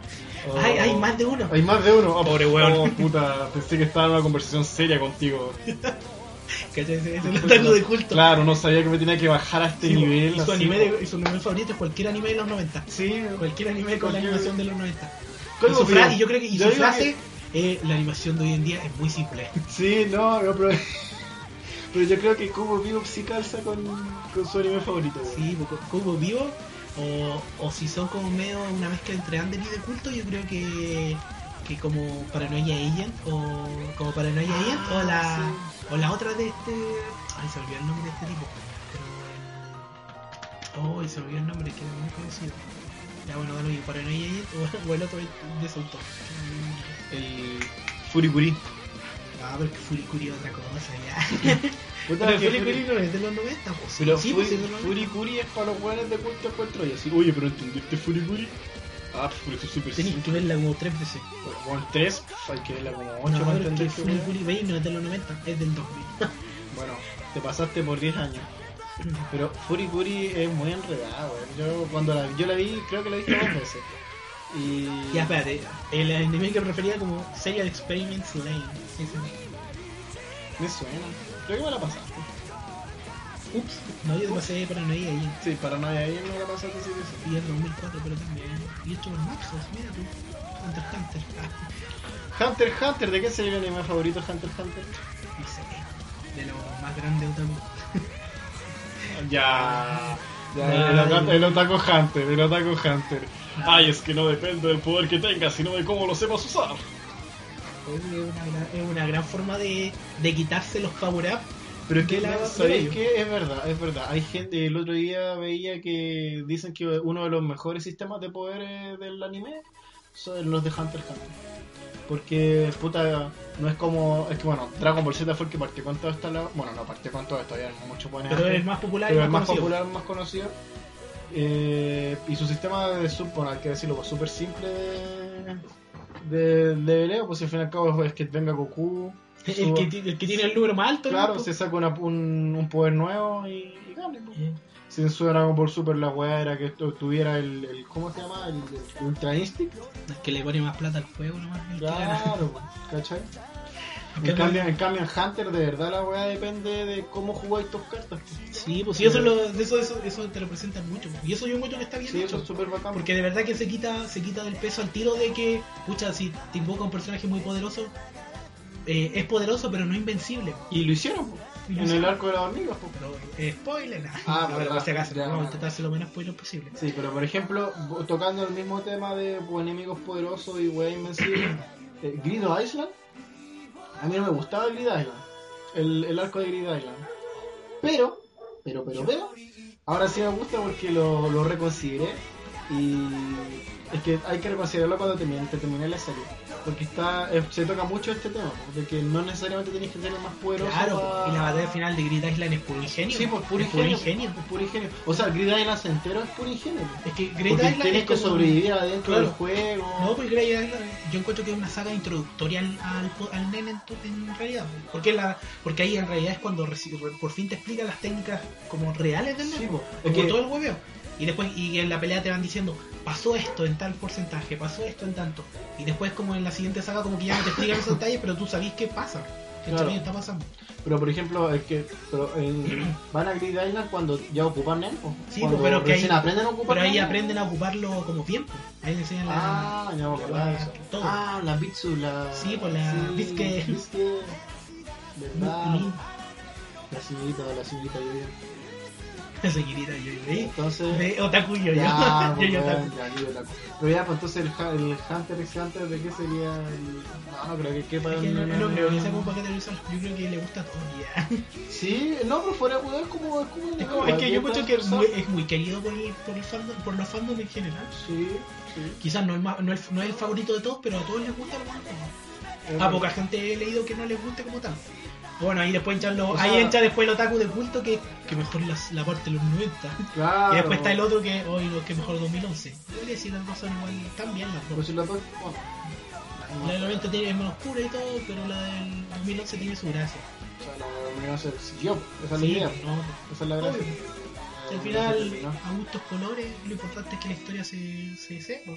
B: Oh.
A: Ay, hay más de uno.
B: Hay más de uno. Ah,
A: Pobre weón.
B: Oh, puta, pensé que estaba en una conversación seria contigo.
A: ¿Cachai? Ese- ese Es el otaku de culto.
B: Claro, no sabía que me tenía que bajar a este
A: Sí,
B: nivel.
A: y su,
B: así.
A: anime de- y su anime favorito es cualquier anime de los 90.
B: Sí,
A: Cualquier anime con la
B: Cualquier-
A: animación de los 90. Y
B: Código
A: su fra-
B: Vivo.
A: y yo creo que y
B: Yo
A: su
B: digo
A: frase, eh, la animación de hoy en día es muy simple.
B: Sí, no, no, pero, pero yo creo que Cubo Vivo sí calza con, con su anime favorito. weón.
A: Sí, porque Cubo Vivo, o, o si son como medio una mezcla entre Under y de culto, yo creo que, que como Paranoia Agent, o como Paranoia Agent, o la, o la otra de este. Ay, se olvidó el nombre de este tipo. Pero. eh, Ay, se olvidó el nombre, que era muy conocido. Ya bueno, bueno, y Paranoia Agent, o, o el otro de su autor.
B: El Furikuri.
A: Ah, pero que Furikuri es otra cosa, ya.
B: Puta,
A: pero
B: que
A: Furikuri no es de los 90, pues.
B: Pero
A: sí,
B: Furi,
A: pues, es de los 90.
B: Furikuri es para los weones de culto encuentro y así, oye, pero ¿entendiste Furikuri? Ah, pues por eso es súper
A: Tenéis
B: simple.
A: que verla como tres veces.
B: Con 3, hay que verla como 8
A: No,
B: para
A: pero es que
B: entender que, weón.
A: Furikuri Bay no es de los 90, es del 2000.
B: Bueno, te pasaste por 10 años. Pero Furikuri es muy enredada, weón. Yo cuando la, yo la vi, creo que la he visto dos veces. Y...
A: ya, espérate. El anime que prefería como Serial Experiments Lane. Ese.
B: Me suena. Creo que me la pasaste.
A: Ups, no, yo te pasé Paranoia ahí.
B: Sí, para nadie ahí no la pasaste sí que sí.
A: Y el 2004, pero también. Y hecho por Maxos, mira tú. Hunter x Hunter. Ah,
B: Hunter x Hunter, ¿de qué sería mi anime favorito Hunter x Hunter?
A: no sé. De los más grandes otaku.
B: Ya.
A: Ya,
B: el,
A: ya,
B: otaku,
A: ya.
B: el otaku Hunter, el otaku Hunter. Ay, es que no depende del poder que tengas, sino de cómo lo sepas usar.
A: Es una, gran- es una gran forma de, de quitarse los power up.
B: Pero
A: es que la-
B: ¿sabéis
A: la-
B: qué? Es verdad, es verdad. Hay gente, el otro día veía que dicen que uno de los mejores sistemas de poderes eh, del anime son los de Hunter x Hunter. Porque, puta, no es como. Es que bueno, Dragon Ball Z fue el que partió con todo esto. la- Bueno, no partió con todo esto, había muchos buenos.
A: Pero
B: antes.
A: es más popular y más,
B: pero el más
A: conocido.
B: popular, más conocido. Eh, y su sistema de sub, bueno, hay que decirlo, pues súper simple de, de, de veleo, pues si al fin y al cabo es que venga Goku,
A: El que, ti- el que tiene el número más alto.
B: claro,
A: ¿no?
B: se saca una- un, un poder nuevo y, y gane. pues.
A: Eh,
B: Si en su Dragon Ball Super la weá era que tu- tuviera el, el- ¿cómo se llama? El, el Ultra Instinct.
A: El que le pone más plata al fuego nomás. el que gana.
B: Claro, pues, ¿cachai?
A: En cambio-
B: En cambio, en cambio en Hunter, de verdad la weá depende de cómo jugáis tus cartas. pues.
A: Sí, pues sí, eso, lo- eso, eso, eso te lo presentan mucho. pues. Y eso yo encuentro que está bien
B: Sí, pues,
A: hecho.
B: eso es súper bacán.
A: Porque de verdad que se quita, se quita del peso al tiro de que, pucha, si te invoca un personaje muy poderoso, eh, es poderoso pero no invencible.
B: Y lo hicieron, pues,
A: Y lo
B: en el
A: hicieron.
B: arco de las hormigas. pues.
A: Pero, eh, spoiler, nah.
B: Ah,
A: no,
B: verdad.
A: pero por si acaso,
B: Ya,
A: vamos a
B: vale.
A: intentar hacer lo menos spoiler posible.
B: Sí, pero por ejemplo, bo- tocando el mismo tema de pues, enemigos poderosos y wey invencibles, eh, Grid Island, a mí no me gustaba Grid Island, el, el arco de Grid Island. Pero, pero, pero, pero, ahora sí me gusta porque lo, lo reconsideré y es que hay que reconsiderarlo cuando termine, que termine la serie. Porque está, eh, se toca mucho este tema, pues, de que no necesariamente tienes que ser el más poderoso.
A: Claro, pues,
B: pa-
A: y la batalla final de Grid Island es puro ingenio. pues.
B: Sí, por puro
A: Es puro
B: ingenio.
A: ingenio.
B: es puro ingenio. O sea, Grid Island se entero es puro ingenio. pues.
A: Es que Grid
B: Porque
A: Island
B: tienes
A: es
B: que
A: como-
B: sobrevivir adentro
A: Claro.
B: del juego.
A: No, pues Grey Island, yo encuentro que es una saga introductoria al, al, po- al nene en, to- en realidad. Porque, la, porque ahí en realidad es cuando reci- re- por fin te explican las técnicas como reales del
B: Sí,
A: nene.
B: po.
A: como
B: es que,
A: todo el hueveo. Y después, y en la pelea te van diciendo, pasó esto en tal porcentaje, pasó esto en tanto. Y después como en la siguiente saga como que ya no te explican esos detalles, pero tú sabés qué pasa. ¿Qué
B: Claro.
A: está pasando?
B: pero por ejemplo, es que pero, en- van a Grid Island cuando ya ocupan NEM. po.
A: Sí,
B: cuando
A: po, pero que
B: recién
A: ahí-
B: aprenden a ocupar
A: Pero ahí
B: NEM.
A: aprenden a ocuparlo como tiempo. Ahí le enseñan la...
B: Ah, ya me acordaba de eso.
A: todo.
B: Ah, la Bitsu, la.
A: Sí, po, la Mm, Bitsuke.
B: Bitsuke. ¿Verdad?
A: Ni-
B: La señorita, la señorita yo
A: ni- Seguirita, yo, yo, yo.
B: Entonces.
A: ¿eh? De Otaku yo, yo.
B: Ya,
A: Yo, yo,
B: pues,
A: otaku.
B: ya, yo, otaku. Pero ya, pues entonces el, ha- el Hunter x Hunter, ¿de qué sería? el- No, no creo que quepa.
A: Es que
B: en-
A: no, no creo que sea como paquete de visual, yo creo que le gusta todo. ya.
B: Sí, no, pero fuera de juego es como. Es, como
A: Es, como- es que yo encuentro que es muy, es muy querido por, el- por, el fandom, por los fandoms en general.
B: Sí, sí.
A: Quizás no, el ma- no, el, no es el favorito de todos, pero a todos les gusta el manga.
B: Es
A: A
B: verdad.
A: poca gente he leído que no les guste como tal. Bueno, ahí después echan los,
B: O sea-
A: ahí entra después el otaku de culto que, que mejor las- la parte de los 90.
B: Claro.
A: Y después está el otro que hoy lo que mejor 2011. Yo le decía las dos son igual, están bien las
B: Pues
A: dos.
B: si la dos- bueno.
A: La del 90 tiene es más oscura y todo, pero la del 2011 tiene su gracia.
B: O sea, la unión se siguió. Esa es la
A: Sí,
B: idea.
A: no,
B: Esa es la gracia.
A: Obvio. Si
B: La
A: al
B: unión se
A: final,
B: terminó.
A: a gustos colores, lo importante es que la historia se, se sepa.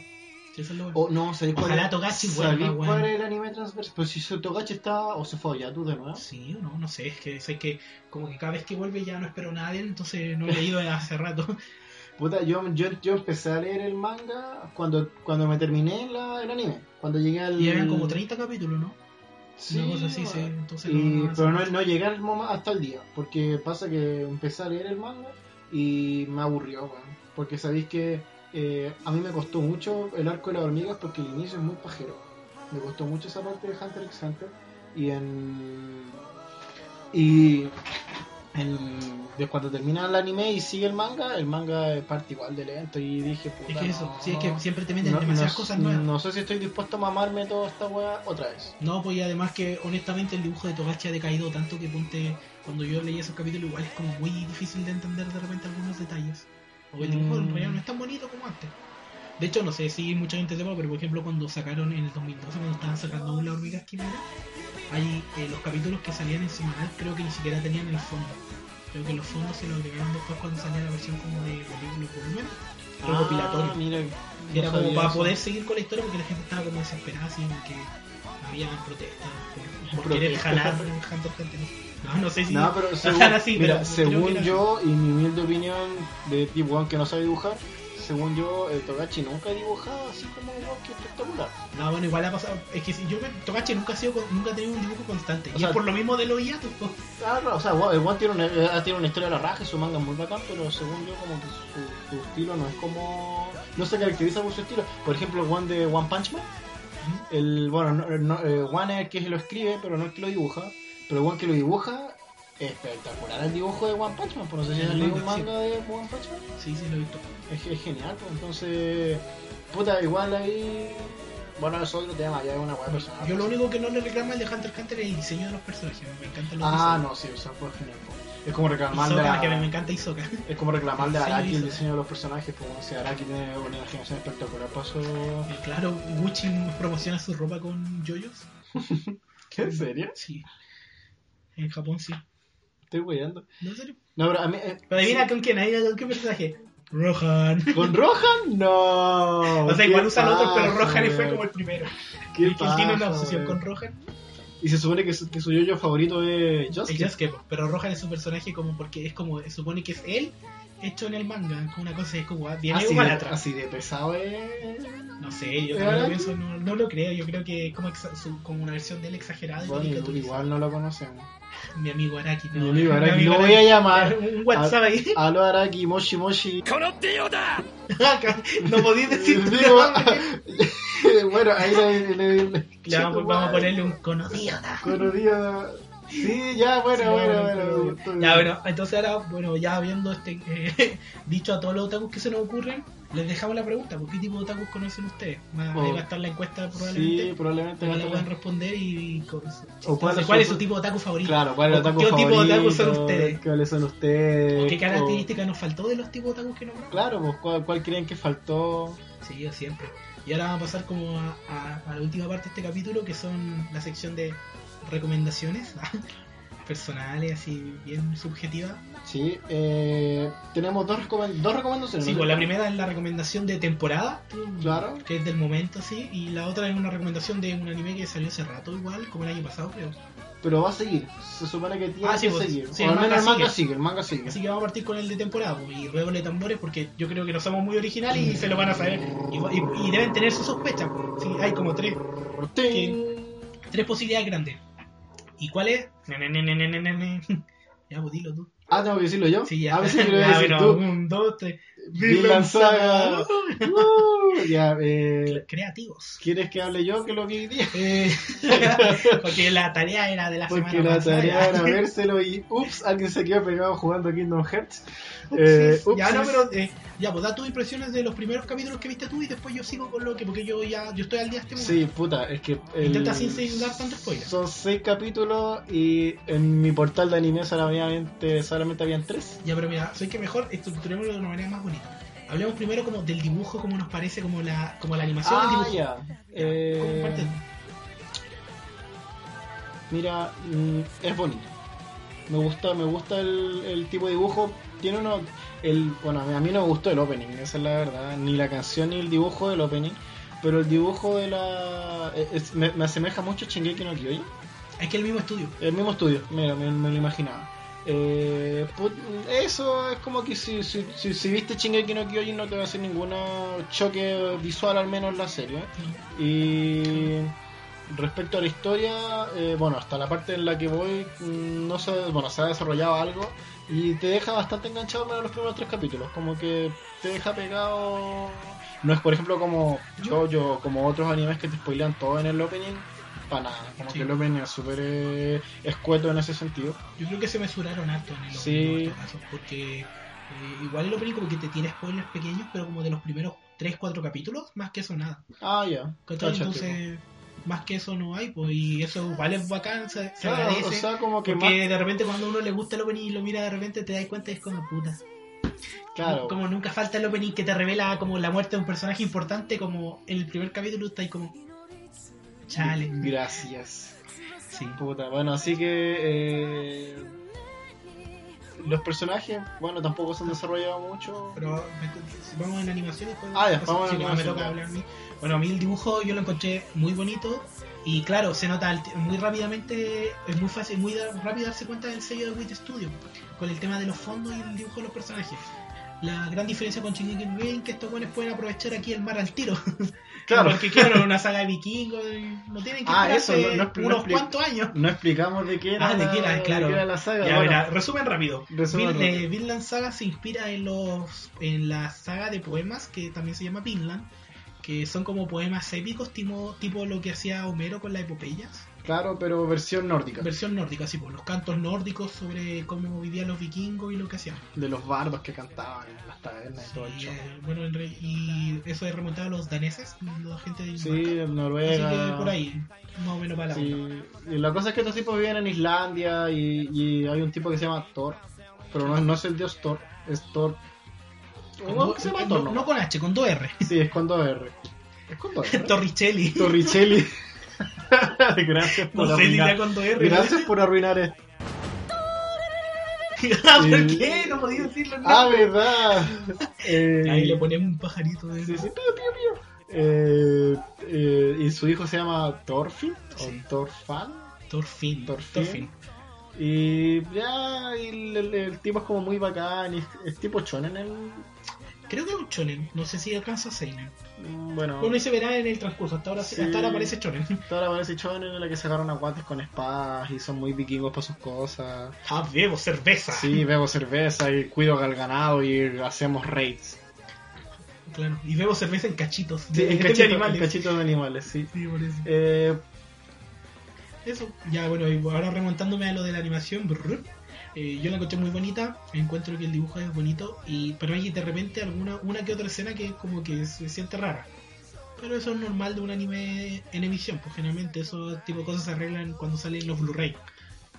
A: Si eso es lo bueno.
B: O no, ¿sabéis cuál
A: Ojalá
B: era-
A: Togashi vuelva,
B: ¿Sabéis
A: weón.
B: cuál era el anime transverso? Pues si su Togashi está o se fue ya tú de nuevo.
A: Sí, o no, no sé, es que sé que como que cada vez que vuelve ya no espero nada de él, entonces no he leído hace rato.
B: Puta, yo, yo, yo empecé a leer el manga cuando, cuando me terminé la- el anime. Cuando llegué al.
A: Y eran como 30 capítulos, ¿no?
B: Mm. Sí,
A: una cosa así, sí.
B: bueno.
A: Entonces
B: Y-
A: no- no-
B: pero no, no llegué al momo- hasta el día, porque pasa que empecé a leer el manga y me aburrió, weón. Porque sabéis que eh, a mí me costó mucho el arco de las hormigas porque el inicio es muy pajero. Me costó mucho esa parte de Hunter x Hunter. Y en. Y. en- de cuando termina el anime y sigue el manga, el manga es parte igual de lento. Y dije, puta.
A: Es que eso,
B: no,
A: sí, es que siempre te meten
B: no-
A: demasiadas
B: no-
A: cosas nuevas.
B: No sé si estoy dispuesto a mamarme toda esta weá otra vez.
A: No, pues y además que honestamente el dibujo de Togashi ha decaído tanto que ponte, cuando yo leí esos capítulos igual es como muy difícil de entender de repente algunos detalles. O el dibujo en
B: Mm.
A: realidad no es tan bonito como antes. De hecho, no sé si mucha gente sepa, pero por ejemplo cuando sacaron en el 2012, cuando estaban sacando La Hormiga Esquimera, hay eh, los capítulos que salían en semanal creo que ni siquiera tenían el fondo. Creo que los fondos se los agregaron después cuando salía la versión como de capítulos volumen, recopilatorio.
B: Ah, mira,
A: Que era
B: no
A: como
B: sabía
A: para
B: eso.
A: poder seguir con la historia porque la gente estaba como desesperada, así como que había protestas por, por querer
B: Protestas.
A: jalar un Hunter x Hunter. No, no sé si.
B: No, pero según,
A: Ojalá sí,
B: mira,
A: pero creo
B: según
A: que era-
B: yo y mi humilde opinión de Tibuan que no sabe dibujar, según yo, el Togachi nunca ha dibujado así como wow, que espectacular.
A: No, bueno, igual ha pasado. Es que si yo me. Togache nunca ha, sido, con- nunca ha tenido un dibujo constante.
B: O
A: y
B: sea-
A: es por lo mismo de los hiatos. po.
B: Ah, no, o sea, wow, el One tiene una, eh, tiene una historia a la raja, y su manga es muy bacán, pero según yo, como que su, su estilo no es como. No se caracteriza por su estilo. Por ejemplo, el One de One Punch Man, el. Bueno, no, no, eh, One es el que lo escribe, pero no el que lo dibuja. Pero el One que lo dibuja, espectacular el dibujo de One Punch Man. Por no sé si
A: El
B: has leído un
A: manga, sí.
B: manga de One Punch Man.
A: Sí, sí, lo he visto.
B: es, es genial, pues, entonces, puta, igual ahí, bueno, eso es otro tema, ya es una buena pues. personal.
A: Yo lo único que no le reclamo al de Hunter x Hunter es el diseño de los personajes. Me encantan los
B: Ah,
A: diseños.
B: no, sí, eso fue genial, pues. Es como reclamarle
A: Hisoka, que me
B: a,
A: encanta Hisoka.
B: es como reclamarle a
A: Sí,
B: Araki el
A: hizo.
B: diseño de los personajes, como si Araki tiene una imaginación espectacular, pues, pasó...
A: Eh, Claro, Gucci promociona su ropa con yoyos.
B: ¿Qué, en serio?
A: Sí. En Japón sí.
B: Estoy weyando.
A: ¿No en serio?
B: No, pero a mí... eh,
A: Pero adivina con quién, adivina con qué personaje. Rohan.
B: ¿Con Rohan? No.
A: O sea, igual
B: ¿Qué
A: usan otros, pero
B: pasa,
A: Rohan fue
B: weón?
A: como el primero.
B: ¿Qué
A: Y que él tiene
B: pasa,
A: una obsesión
B: weón?
A: con Rohan.
B: Y se supone que su, que su yo favorito es
A: Es
B: Justin.
A: just que, pero Rohan es un personaje como porque es como, se supone que es él hecho en el manga. Es como una cosa, es como, ah, viene
B: Así de,
A: igual atrás.
B: así de pesado es...
A: No sé, yo
B: ¿Es
A: también lo
B: Araki?
A: pienso, no, no lo creo. Yo creo que es como, exa- su- como una versión de él exagerada. y
B: Bueno, igual,
A: caricaturizada.
B: igual no lo conocemos.
A: Mi amigo Araki. No,
B: Mi amigo
A: Mi
B: Araki,
A: amigo
B: lo voy a
A: Araki.
B: llamar. Ah.
A: Un WhatsApp ahí.
B: Aló Araki, Moshi Moshi.
A: no podéis decir tu
B: Digo,
A: nombre.
B: bueno, ahí le, le-
A: Le
B: le-
A: pues, vamos,
B: Chetumare.
A: vamos a ponerle un conocido.
B: Conocido. Sí, ya, bueno,
A: Sí,
B: bueno,
A: vamos a
B: bueno.
A: ponerle un
B: estoy
A: conocido.
B: bien.
A: Ya, bueno, entonces ahora, bueno, ya habiendo este, eh, dicho a todos los otakus que se nos ocurren, les dejamos la pregunta, ¿por qué tipo de otakus conocen ustedes? Más, Ahí
B: Oh.
A: va a estar la encuesta
B: Sí,
A: probablemente.
B: probablemente.
A: Igual la pueden
B: bastante.
A: responder y... y con-
B: O cuál
A: entonces,
B: es
A: ¿Cuál
B: su-
A: es su tipo de otaku favorito?
B: Claro, ¿cuál es
A: ¿O
B: el otaku
A: qué tipo de
B: favorito?
A: otaku son ustedes?
B: ¿Cuáles son ustedes?
A: ¿Qué
B: O-
A: característica nos faltó de los tipos de otakus que nombramos?
B: Claro, pues, ¿cuál, cuál creen que faltó?
A: Sí, yo siempre. Y ahora vamos a pasar como a, a- a la última parte de este capítulo, que son la sección de recomendaciones personales, así bien subjetivas.
B: Sí, eh, tenemos dos, recomen- dos recomendaciones.
A: Sí,
B: ¿no?
A: pues la primera es la recomendación de temporada,
B: Claro.
A: que es del momento, sí, y la otra es una recomendación de un anime que salió hace rato igual, como el año pasado, creo.
B: Pero va a seguir. Se supone que tiene
A: Ah, sí,
B: que
A: pues,
B: seguir.
A: sí,
B: o
A: el
B: al menos
A: manga
B: el manga
A: sigue.
B: sigue, el manga sigue.
A: Así que vamos a partir con el de temporada, pues, y luego el de tambores, porque yo creo que no somos muy originales y se lo van a saber. Y, y- y deben tener sus sospechas, pues. sí, hay como tres,
B: Ting.
A: tres posibilidades grandes. ¿Y cuál es? Ne, ne, ne, ne, ne, ne, ne. Ya, pues dilo tú.
B: Ah, tengo que decirlo yo.
A: Sí, ya.
B: A veces quiero
A: Ya,
B: decir
A: bueno,
B: tú.
A: un, dos, tres.
B: Vinland Saga. Uh, ya, eh,
A: Creativos.
B: ¿Quieres que hable yo que lo vi hoy día?
A: Eh, porque la tarea era de la
B: Porque
A: semana
B: la
A: pasada.
B: tarea era vérselo y ups, alguien se quedó pegado jugando Kingdom Hearts. Eh,
A: Upsis. ya,
B: upsis.
A: no, pero, eh, ya, pues da tus impresiones de los primeros capítulos que viste tú y después yo sigo con lo que, porque yo ya yo estoy al día este momento.
B: Sí, puta, es que. el-
A: Intenta sin- sin dar tanto spoiler.
B: Son seis capítulos y en mi portal de anime solamente, solamente habían tres.
A: Ya, pero mira, soy que mejor estructuremos de una manera más bonita. Hablemos primero como del dibujo, como nos parece, como la, como la animación del
B: Ah,
A: dibujo.
B: ya. Eh,
A: ¿Cómo parte tú?
B: Mira, mm, es bonito. Me gusta, me gusta el, el tipo de dibujo. Tiene uno. El, bueno, a mí no me gustó el opening, esa es la verdad. Ni la canción ni el dibujo del opening. Pero el dibujo de la. e, es- me, me asemeja mucho a Shingeki no Kyojin.
A: Es que el mismo estudio.
B: El mismo estudio, mira, me, me lo imaginaba. Eh, put- eso es como que si, si, si, si viste Shingeki no Kyojin no te va a hacer ningún choque visual, al menos en la serie. Y respecto a la historia, eh, bueno, hasta la parte en la que voy, mm, no sé, bueno, se ha desarrollado algo y te deja bastante enganchado para los primeros tres capítulos, como que te deja pegado. No es, por ejemplo, como yo, yo como otros animes que te spoilean todo en el opening, para nada, como
A: Sí.
B: que el opening es súper eh, escueto en ese sentido.
A: Yo creo que se mesuraron harto en el
B: Sí.
A: opening en estos casos, porque eh, igual el opening como que te tiene spoilers pequeños, pero como de los primeros 3, 4 capítulos, más que eso nada.
B: Ah, ya.
A: ¿Cachai?
B: Cacha, tipo.
A: Entonces, más que eso no hay, pues, y eso igual es bacán, se, se
B: Claro,
A: agradece.
B: o sea, como que
A: porque
B: más.
A: de repente cuando a uno le gusta el opening y lo mira de repente te das cuenta y es como puta.
B: Claro.
A: Como nunca falta el opening que te revela como la muerte de un personaje importante, como en el primer capítulo está ahí como... Chale.
B: Gracias.
A: Sí.
B: Puta, bueno, así que eh, los personajes, bueno, tampoco se han desarrollado mucho.
A: Pero me- vamos en animación después.
B: Ah, ya, vamos
A: Sí,
B: en
A: no, me
B: animación,
A: toca
B: ya.
A: hablar a mí. Bueno, a mí el dibujo yo lo encontré muy bonito y claro, se nota al- muy rápidamente, es muy fácil, muy da- rápido darse cuenta del sello de Wit Studio con el tema de los fondos y el dibujo de los personajes. La gran diferencia con Shingeki no Kyojin es que estos buenos pueden aprovechar aquí el mar al tiro.
B: Claro,
A: Porque claro, es una saga de vikingos, y no tienen que
B: Ah,
A: esperarse
B: eso, no- no expli- no
A: unos
B: expli-
A: cuantos años.
B: no explicamos de qué era,
A: Ah, de qué era,
B: la,
A: claro.
B: qué era la saga.
A: Ya,
B: bueno,
A: mira, resumen rápido.
B: Resumen
A: Vin-
B: rápido.
A: eh, Vinland Saga se inspira en los en la saga de poemas que también se llama Vinland, que son como poemas épicos tipo, tipo lo que hacía Homero con las epopeyas,
B: claro, pero versión nórdica.
A: versión nórdica, así por los cantos nórdicos sobre cómo vivían los vikingos y lo que hacían.
B: De los bardos que cantaban en las tabernas y todo el
A: Y,
B: show.
A: eh, bueno, el rey- y eso es remontado a los daneses, la gente de
B: Sí,
A: Dinamarca.
B: en
A: así
B: Noruega.
A: que por ahí, más o menos para la onda.
B: Sí, y la cosa es que estos tipos viven en Islandia y, y hay un tipo que se llama Thor, pero no, no es el dios Thor, es Thor.
A: Con
B: ¿Cómo
A: do-
B: que se llama
A: no-
B: Thor? no?
A: no con H, con 2R.
B: Sí, es con 2R. Es con 2R.
A: Torricelli.
B: Torricelli. Gracias por
A: No sé, dirá
B: arruinar.
A: con 2R.
B: Gracias por arruinar esto.
A: Ah, ¿Por
B: Sí.
A: qué? No podía decirlo. no.
B: Ah, verdad. Eh,
A: Ahí le ponemos un pajarito de
B: sí, sí, pío, pío, pío. Eh, eh, y su hijo se llama Thorfinn o
A: Sí.
B: Thorfan.
A: Torfin.
B: Torfin.
A: Torfin.
B: Y ya, y el, el- el tipo es como muy bacán. y es, es tipo chonen. el-
A: Creo que es un chonen. No sé si alcanza seinen.
B: Bueno,
A: Uno se verá en el transcurso. Hasta ahora,
B: Sí.
A: hasta ahora parece chonen.
B: toda la parece chonen en la que se agarran aguantes con espadas y son muy vikingos para sus cosas.
A: Ah, bebo cerveza.
B: Sí, bebo cerveza y cuido al ganado y hacemos raids.
A: Claro. Y bebo cerveza en cachitos. Este
B: Sí,
A: de-
B: en
A: de
B: cachito-
A: animales.
B: en cachitos de animales, sí.
A: Sí, por eso.
B: Este Eh,
A: Eso. Ya, bueno, y ahora remontándome a lo de la animación. brr, eh, yo la encontré muy bonita. Encuentro que el dibujo es bonito. y Pero hay de repente alguna una que otra escena que como que se siente rara. Pero eso es normal de un anime en emisión, pues generalmente esos tipo de cosas se arreglan cuando salen los Blu-ray.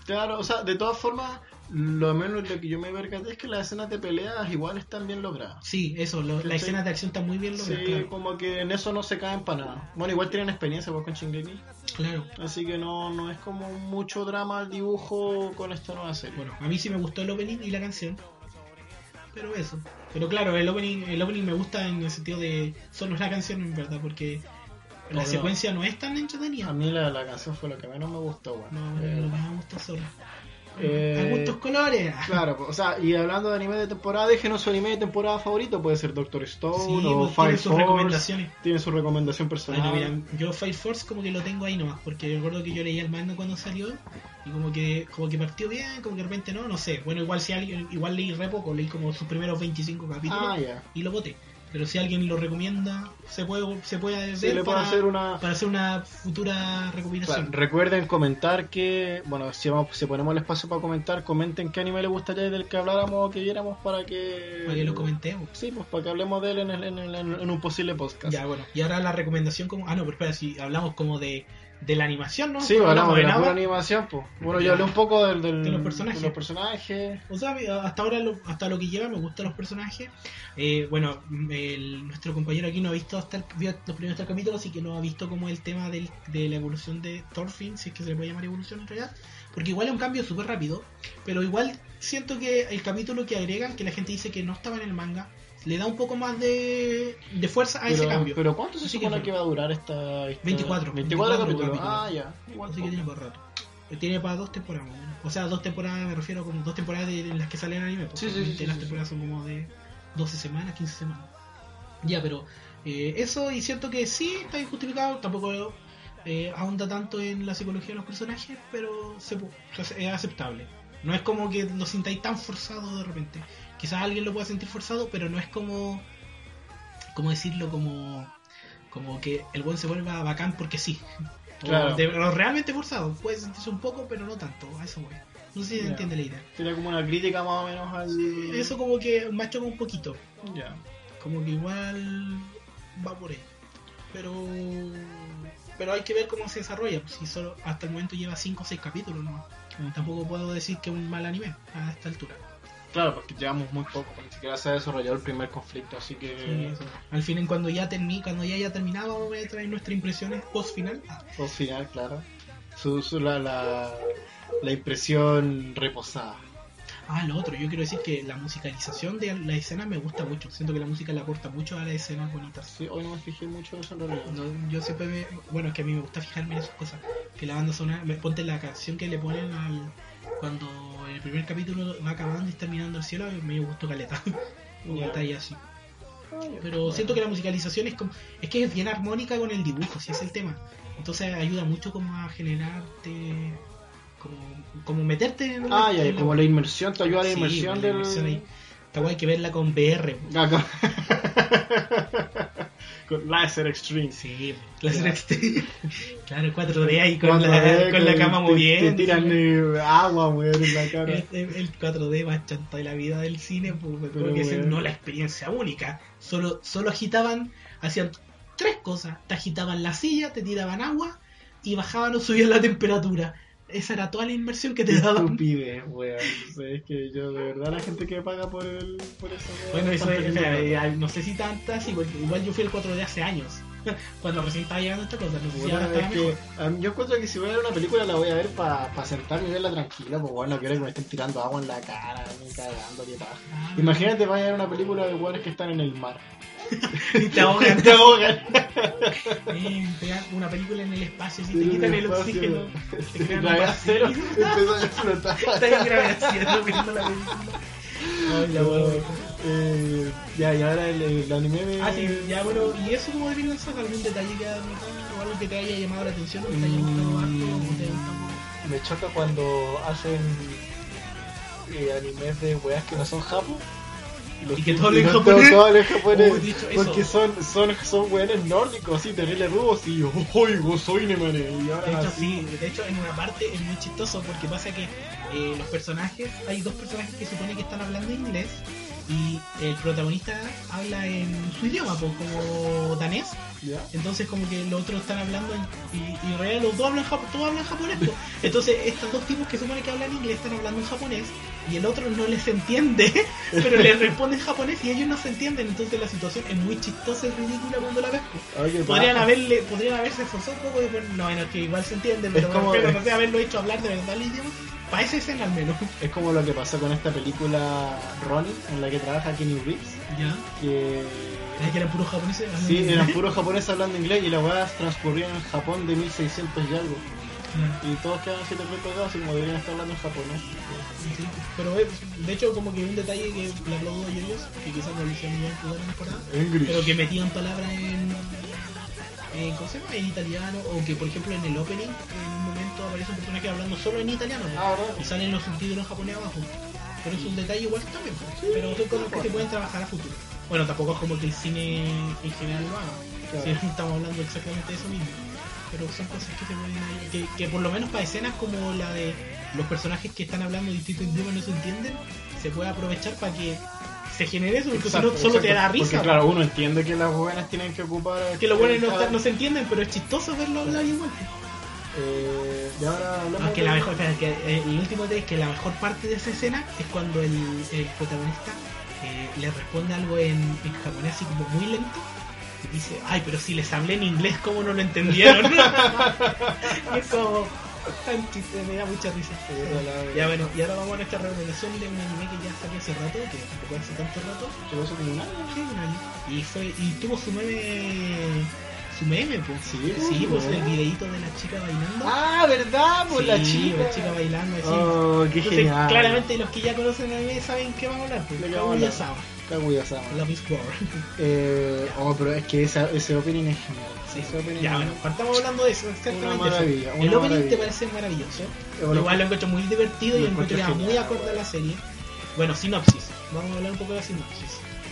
B: claro, o sea, de todas formas, lo menos lo que yo me percaté es que las escenas de peleas igual están bien logradas.
A: Sí, eso, lo-
B: ¿Cachai?
A: las escenas de acción están muy bien
B: Sí,
A: logradas. claro.
B: como que en eso no se caen para nada. Bueno, igual tienen experiencia vos con Shingeki,
A: Claro.
B: así que no, no es como mucho drama el dibujo con esta nueva serie.
A: Bueno, a mí sí me gustó el opening y la canción. Pero eso. Pero claro, el opening, el opening me gusta en el sentido de solo es la canción en verdad, porque la
B: Obvio.
A: secuencia no es tan
B: A
A: entretenida.
B: mí la, la canción fue lo que menos me gustó, bueno.
A: No,
B: Eh,
A: lo que más me gusta solo.
B: eh,
A: a gustos colores.
B: Claro, pues, o sea, y hablando de anime de temporada, déjenos su anime de temporada favorito, puede ser Doctor Stone
A: Sí,
B: o
A: pues,
B: Fire
A: tiene sus
B: Force,
A: recomendaciones.
B: tiene su recomendación personal.
A: Bueno, mira, yo Fire Force como que lo tengo ahí nomás, porque recuerdo que yo leía el manga cuando salió y como que como que partió bien, como que de repente no, no sé. Bueno, igual si alguien igual leí re poco, leí como sus primeros 25 capítulos
B: ah, ya.
A: y lo boté. Pero si alguien lo recomienda, se puede se puede
B: Sí,
A: ver
B: le puedo
A: para,
B: hacer una...
A: para hacer una futura recopilación.
B: Claro, recuerden comentar que, bueno, si, vamos, si ponemos el espacio para comentar, comenten qué anime les gustaría del que habláramos o que viéramos para que...
A: Para que lo comentemos.
B: Sí, pues para que hablemos de él en, el- en el- en un posible podcast.
A: Ya, bueno. Y ahora la recomendación como Ah, no, pero espera, si hablamos como de, de la animación, ¿no?
B: Sí,
A: No
B: hablamos de la
A: nada.
B: pura animación, pues. Bueno, yo hablé un poco del, del-
A: De los personajes.
B: de los personajes.
A: O sea, me- hasta ahora, lo- hasta lo que lleva, me gustan los personajes. Eh, bueno, mm, el- nuestro compañero aquí no ha visto hasta el- vio los primeros tres capítulos, así que no ha visto como el tema del- de la evolución de Thorfinn, si es que se le puede llamar evolución en realidad. Porque igual es un cambio súper rápido, pero igual siento que el capítulo que agregan, que la gente dice que no estaba en el manga, le da un poco más de, de fuerza a Ah, ese
B: Pero,
A: cambio.
B: pero ¿cuánto se
A: Así que
B: supone
A: fue.
B: que va a durar esta... esta-
A: 24,
B: 24 capítulos.
A: capítulos.
B: Ah, ya. Igual
A: Así que
B: poco.
A: tiene por rato. Eh, Tiene para dos temporadas, más o menos. O sea, dos temporadas me refiero como dos temporadas de, en las que sale el anime. Porque
B: Sí, sí, sí,
A: realmente
B: sí,
A: las
B: sí.
A: temporadas son como de 12 semanas, 15 semanas. Ya, pero eh, eso y siento que sí está injustificado. Tampoco eh, ahonda tanto en la psicología de los personajes, pero se pu- es aceptable. No es como que lo sintáis tan forzado de repente. Quizás alguien lo pueda sentir forzado, pero no es como... ¿Cómo decirlo? Como como que el buen se vuelva bacán porque sí. O
B: Claro.
A: de- o realmente forzado. Puede sentirse un poco, pero no tanto. A eso voy. No sé si se
B: Ya.
A: entiende la idea.
B: Sería como una crítica más o menos al.
A: Eso como que machoca un poquito.
B: Ya.
A: Como que igual va por ahí. Pero pero hay que ver cómo se desarrolla. pues, Si solo hasta el momento lleva 5 o 6 capítulos, ¿no?
B: Mm.
A: Tampoco puedo decir que es un mal anime a esta altura.
B: Claro, porque llevamos muy poco, porque ni siquiera se ha desarrollado el primer conflicto, así que.
A: Sí, eso. Al fin, cuando ya, termi cuando ya haya terminado, vamos a traer nuestras impresiones post-final. Ah,
B: Al final, claro. Su, su- la, la, la impresión reposada.
A: Ah, lo otro, yo quiero decir que la musicalización de la escena me gusta mucho. Siento que la música le aporta mucho a las escenas bonitas.
B: Sí, hoy no me fijé mucho en eso en realidad.
A: No, yo siempre me. Bueno, es que a mí me gusta fijarme en esas cosas. Que la banda sonora. Me ponte la canción que le ponen al. Cuando el primer capítulo va acabando y está mirando el cielo, me gustó caleta. Y
B: Ya. Ah,
A: está ahí así. Pero siento que la musicalización es como. Es que es bien armónica con el dibujo, si es el tema. Entonces ayuda mucho como a generarte. Como, como meterte en.
B: Ah, ya,
A: en
B: ya,
A: la-
B: como la inmersión, te ayuda a la
A: Sí,
B: inmersión
A: la
B: del.
A: inmersión ahí. Esta guay hay que verla con VR. po.
B: Ah, con- con Laser Extreme.
A: Sí,
B: Claro.
A: claro. claro, 4D ahí con,
B: Cuando
A: la,
B: ves
A: con la
B: que
A: cama
B: te-
A: moviendo.
B: Te tiran eh, agua, weón, en la cara.
A: el, el 4D más chanta de la vida del cine, pues, me acuerdo
B: Pero
A: que ese
B: bueno.
A: no la experiencia única. Solo, solo agitaban, hacían tres cosas: te agitaban la silla, te tiraban agua y bajaban o subían la temperatura. Esa era toda la inversión que te daban.
B: Estupidez, weón. Es que yo, de verdad, la gente que paga por, el, por eso. weón,
A: Bueno, eso
B: está
A: es,
B: perdiendo
A: espera,
B: plata.
A: eh, no sé si tantas, igual, igual yo fui el 4D hace años, cuando recién estaba llegando esta cosa, no sé si
B: Puta,
A: ahora
B: es
A: está
B: que, am, yo encuentro que si voy a ver una película la voy a ver para sentarme y verla tranquila, pues bueno, quiero que me estén tirando agua en la cara, me cagando, qué paja. Imagínate, vaya a ver una película de weones que están en el mar.
A: Y te ahogan.
B: Te ahogan.
A: Eh, te dan una película en el espacio, si
B: En
A: te
B: el
A: quitan el
B: espacio.
A: oxígeno, te crean un
B: Gravedad
A: vacío.
B: cero, empiezan a explotar.
A: Estás en gravedad cero viendo la película. Ay, la wea.
B: Eh, ya, y ahora el, el anime de...
A: Ah, sí, ya bueno, y eso como de Vinland Saga, algún detalle que haya notado, o algo que te haya llamado la atención, o que te haya
B: Mm.
A: gustado harto, o te haya gustado poco.
B: Me choca cuando hacen eh, animes de weas que no son japo.
A: Y que todo lo en
B: no-
A: japonés.
B: todo lo en japonés.
A: Uy, dicho eso.
B: porque son, son, son weones nórdicos, así, terrible rudos, y hoy vos soy Nemane. Y
A: De
B: ahora
A: hecho,
B: así.
A: sí, de hecho en una parte es muy chistoso porque pasa que eh, los personajes, hay dos personajes que supone que están hablando inglés y el protagonista habla en su idioma, pues, como danés,
B: ¿Ya?
A: Entonces como que los otros están hablando en- y, y en realidad los dos hablan, japo- todos hablan japonés. po. Entonces estos dos tipos que supone que hablan inglés están hablando en japonés y el otro no les entiende, pero les responde en japonés y ellos no se entienden. Entonces la situación es muy chistosa y ridícula cuando la ves. po.
B: Ay, qué
A: Podrían,
B: paja.
A: haberle, podrían haberse esforzado un poco y bueno, no, bueno, es que igual se entiende, pero,
B: como-
A: pero no sé, haberlo hecho hablar de verdad el idioma, para esa escena al menos.
B: Es como lo que pasó con esta película Ronnie, en la que trabaja Kenny Reeves,
A: Ya,
B: que...
A: es que eran puros japoneses. hablando
B: Sí,
A: inglés.
B: eran puros japoneses hablando inglés y la weá transcurrió en Japón de 1600 y algo.
A: Claro.
B: Y todos quedan así de pegados y como deberían estar hablando en japonés.
A: Sí, pero eh, de hecho como que un detalle que le aplaudo a ellos, que quizás no lo hicieron bien jugar en temporada, pero que metían palabras en, en ¿cómo se llama? en italiano, o que por ejemplo en el opening en un momento aparece un personaje hablando solo en italiano ¿no?
B: Ah, ¿verdad?
A: y salen los subtítulos japonés abajo. Pero es un detalle igual también, pues. pero son cosas que se pueden trabajar a futuro. Bueno, tampoco es como que el cine en general lo haga.
B: Claro.
A: Si no estamos hablando exactamente de eso mismo. Pero son cosas que se pueden que, que por lo menos para escenas como la de los personajes que están hablando distintos idiomas no se entienden, se puede aprovechar para que se genere eso, porque si no
B: Exacto,
A: solo te
B: exacto.
A: da risa.
B: Porque, claro, uno entiende que las buenas tienen que ocupar.
A: Que los buenos no,
B: Ah,
A: están- no se entienden, pero es chistoso verlo hablar igual. pues.
B: Eh, y ahora hablamos.
A: No, es que
B: de-
A: la mejor, espera, que, eh, el último detalle es que la mejor parte de esa escena es cuando el, el protagonista eh, le responde algo en, en japonés así como muy lento y dice, ay, pero si les hablé en inglés, ¿cómo no lo entendieron? Y es como tan chiste, me da mucha risa.
B: Sí, la- la-
A: Ya bueno, y ahora vamos a nuestra recomendación de un anime que ya salió hace rato, que tampoco hace tanto rato,
B: que no son como nada.
A: Sí, un anime. y fue, y tuvo su meme su meme, pues.
B: Sí,
A: Sí, pues
B: weón.
A: el videito de la chica bailando.
B: Ah, ¿verdad? Por
A: Sí,
B: la chica.
A: La chica bailando así.
B: Oh, qué
A: Entonces,
B: genial.
A: claramente los que ya conocen el anime saben qué vamos a hablar, pues.
B: De qué
A: Kaguya
B: vamos a hablar.
A: Sama,
B: Kaguya-sama.
A: Love is War.
B: Eh, oh, pero es que esa- ese opening es genial.
A: Sí,
B: Ese opening
A: ya,
B: es-
A: bueno, partamos hablando de eso, exactamente.
B: Una
A: eso.
B: maravilla, una
A: el opening
B: maravilla.
A: te parece maravilloso.
B: Eh, bueno,
A: Igual lo encuentro muy divertido y
B: Lo
A: lo encuentro ya
B: encuentro
A: muy
B: genial,
A: acorde a la
B: weón.
A: serie. Bueno, sinopsis. Vamos a hablar un poco de la sinopsis.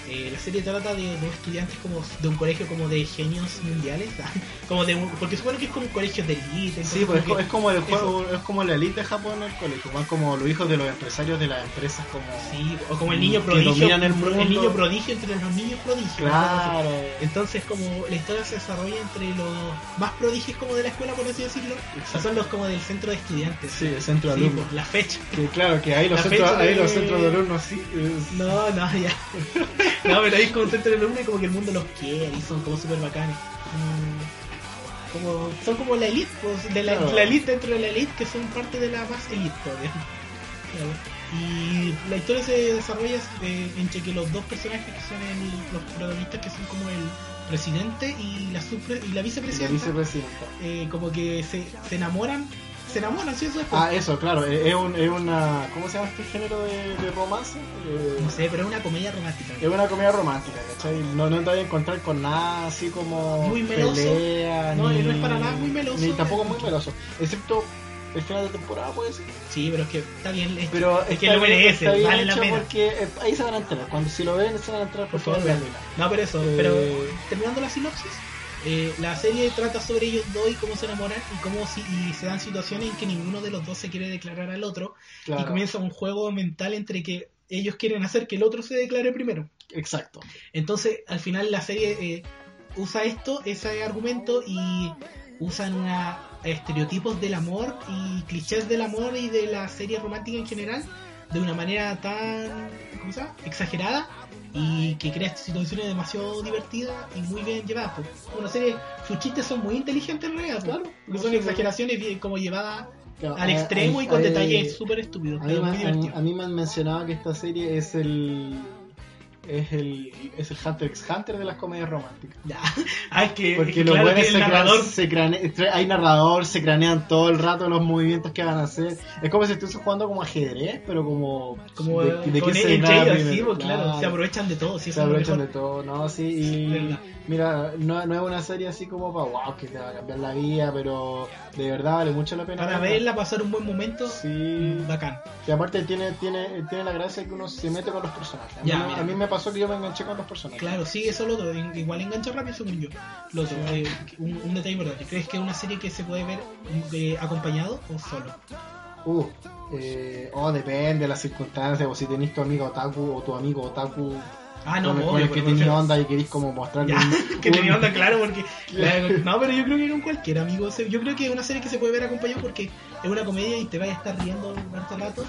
A: Eh, la serie trata de dos estudiantes como de un colegio como de genios mundiales. como de un- porque supongo que es como un colegio de elite. entonces
B: Sí, pues es,
A: como
B: co-
A: que-
B: es como el juego, es como la elite de Japón en el colegio, van como los hijos de los empresarios de las empresas como
A: Sí, o como el niño
B: Que
A: prodigio.
B: dominan el mundo.
A: niño prodigio entre los niños prodigios.
B: Claro.
A: Entonces como la historia se desarrolla entre los más prodigios como de la escuela, por así decirlo.
B: Exacto.
A: Son los como del centro de estudiantes.
B: Sí, el centro de
A: Sí,
B: alumnos.
A: pues, la fecha.
B: Que claro, que ahí los
A: La
B: centros,
A: fecha
B: ahí
A: de-
B: los centros de alumnos sí. es-
A: No, no, ya. No, pero ahí como centro de alumnos y como que el mundo los quiere y son como súper bacanes. Mm, Como, son como la elite, pues, de la,
B: Claro.
A: la elite dentro de la elite que son parte de la más elite todavía. Claro. Y la historia se desarrolla eh, entre que los dos personajes que son el- los protagonistas que son como el presidente y la, supre- y la
B: la
A: vicepresidenta,
B: vicepresidenta.
A: eh, como que se, se enamoran, se enamoran, ¿sí? Eso es pues. como-
B: Ah, eso, claro, eh, es, un, es una. ¿Cómo se llama este género de, de romance? Eh,
A: no sé, pero es una comedia romántica.
B: Es una comedia romántica, ¿cachai? No, no te vas a encontrar con nada así como.
A: Muy meloso.
B: pelea,
A: No,
B: ni-
A: no es para nada muy meloso.
B: Ni tampoco muy meloso. Excepto el final de temporada, puede ser.
A: Sí, pero es que está bien, es-
B: Pero
A: Es que
B: está
A: lo
B: bien-
A: merece,
B: está bien
A: vale la
B: hecho
A: pena.
B: Porque eh, ahí se van a entrar. Cuando si lo ven, se van a entrar
A: Por
B: por
A: favor,
B: favor.
A: vean. No, pero eso,
B: Eh,
A: pero terminando la sinopsis, eh, la serie trata sobre ellos dos y cómo se enamoran y cómo si, y se dan situaciones en que ninguno de los dos se quiere declarar al otro y
B: Claro,
A: comienza un juego mental entre que ellos quieren hacer que el otro se declare primero.
B: Exacto.
A: Entonces, al final la serie eh, usa esto, ese argumento y usan una estereotipos del amor y clichés del amor y de la serie romántica en general de una manera tan ¿cómo se llama? exagerada y que crea situaciones demasiado divertidas y muy bien llevadas. pues. Una serie, sus chistes son muy inteligentes en realidad, pues,
B: Claro.
A: porque son exageraciones bien- como llevadas
B: Claro, eh,
A: al
B: a-
A: extremo
B: a-
A: y con
B: a-
A: detalles súper estúpidos,
B: A mí,
A: pero
B: me-
A: muy
B: a mí- a
A: divertidos.
B: mí me han mencionado que esta serie es el. Es el, es el Hunter x Hunter de las comedias románticas.
A: Ya. Ah, es que,
B: Porque
A: es que
B: los
A: claro
B: buenos
A: que el
B: se, cra-
A: narrador
B: se crane- tra- hay narrador, se cranean todo el rato los movimientos que van a hacer. Es como si estuviese jugando como ajedrez, pero como.
A: como
B: de,
A: eh,
B: de
A: con
B: quién
A: entre
B: gana
A: ellos,
B: primero.
A: sí, pues, claro, se
B: Claro.
A: aprovechan de todo, sí,
B: se
A: eso es lo
B: aprovechan de
A: mejor.
B: todo, ¿no? Sí, y
A: verdad.
B: mira, no, no es una serie así como para wow, que te va a cambiar la vida, pero de verdad vale mucho la pena.
A: Para verla, pasar un buen momento,
B: Sí,
A: mm, bacán.
B: y aparte tiene, tiene, tiene la gracia que uno se mete con los personajes. A,
A: Ya,
B: mí,
A: mira.
B: a mí me pasó que yo me enganché con los personajes.
A: Claro, sí, eso lo otro, en- igual engancha rápido según yo. Lo otro, eh, un, un detalle importante, ¿crees que es una serie que se puede ver mm, eh, acompañado o solo?
B: Uh, eh, oh, depende de las circunstancias, o si tenés tu amigo otaku o tu amigo otaku
A: Ah, no,
B: con el-
A: obvio,
B: con el
A: pero
B: que
A: me refiero-
B: tenía onda y querés como mostrarle
A: Ya,
B: un-
A: que tenía
B: un-
A: onda, claro, porque... la- no, pero yo creo que con cualquier amigo... se- Yo creo que es una serie que se puede ver acompañado porque es una comedia y te vas a estar riendo harto rato.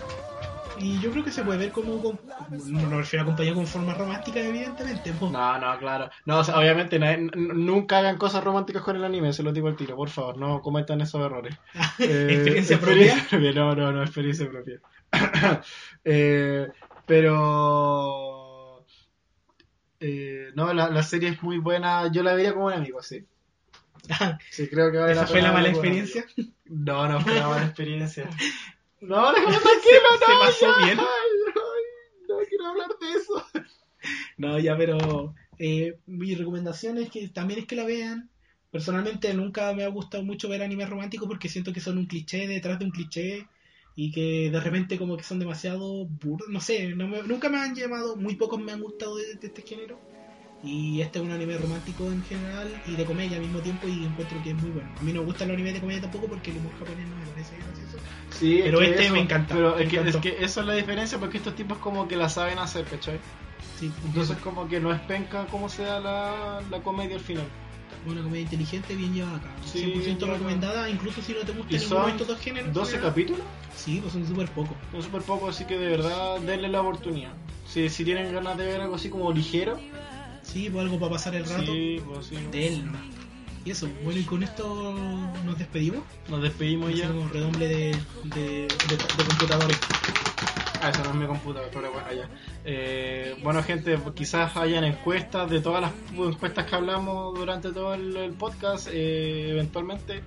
A: Y yo creo que se puede ver como... con- no me refiero a acompañado con forma romántica, evidentemente. po.
B: No, no, claro. No, o sea, obviamente nadie- n- n- nunca hagan cosas románticas con el anime, se los digo al tiro, por favor, no cometan esos errores. Eh,
A: Experiencia propia.
B: No, no, no, experiencia propia. Eh, pero... eh, no, la, la serie es muy buena, yo la vería como un amigo, sí. Sí, creo que vale
A: ¿Esa
B: la
A: fue
B: pena
A: la mala
B: verla como un amigo.
A: experiencia?
B: No, no fue una mala experiencia. No, déjame tranquilo,
A: Se- se
B: no,
A: pasó
B: ya,
A: bien.
B: ay, ay, no quiero hablar de eso.
A: No, ya, pero eh, mi recomendación es que también es que la vean. Personalmente nunca me ha gustado mucho ver anime romántico porque siento que son un cliché detrás de un cliché y que de repente como que son demasiado burdos. No sé, no me- nunca me han llamado, muy pocos me han gustado de, de este género. Y este es un anime romántico en general y de comedia al mismo tiempo y encuentro que es muy bueno. A mí no me gustan los animes de comedia tampoco porque el humor japonés no me parece gracioso.
B: Sí,
A: Pero
B: es que
A: este
B: eso-
A: me encanta,
B: Pero
A: me
B: es que, es
A: encantó.
B: que eso es la diferencia porque estos tipos como que la saben hacer, ¿cachai?
A: Sí,
B: Entonces como que no es penca como sea la, la comedia al final.
A: Una comedia inteligente, bien llevada acá.
B: Sí,
A: 100%
B: yo-
A: recomendada, incluso si no te
B: Y
A: gustan ninguno
B: son
A: de estos dos géneros.
B: 12
A: ¿verdad?
B: capítulos,
A: Sí, pues son súper pocos.
B: es súper poco, así que de verdad denle la oportunidad. Si, si tienen ganas de ver algo así como ligero,
A: Sí, pues algo para pasar el rato.
B: sí, pues sí.
A: De él nomás. Y eso, bueno, y con esto nos despedimos.
B: Nos despedimos ya.
A: Hacemos un redoble de, de, de- de computadores.
B: Ah, eso no es mi computador, pero bueno, allá. Eh, bueno, gente, pues quizás hayan encuestas de todas las encuestas que hablamos durante todo el, el podcast, eh, eventualmente.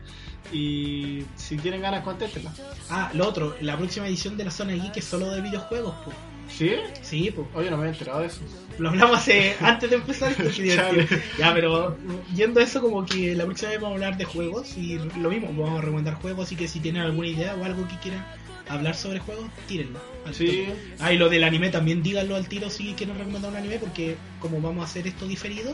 B: Y si tienen ganas, contéstenlas.
A: Ah, lo otro, la próxima edición de la zona geek es solo de videojuegos, pues.
B: ¿Sí?
A: Sí, pues.
B: Oye, no me he enterado de eso.
A: Lo hablamos hace- antes de empezar esto, qué divertido.
B: Chale.
A: Ya, pero yendo a eso, como que la próxima vez vamos a hablar de juegos y lo mismo, vamos a recomendar juegos. Así que si tienen alguna idea o algo que quieran hablar sobre juegos, tírenlo. al
B: Sí,
A: toque. Ah, y lo del anime también, díganlo al tiro si quieren recomendar un anime, porque como vamos a hacer esto diferido,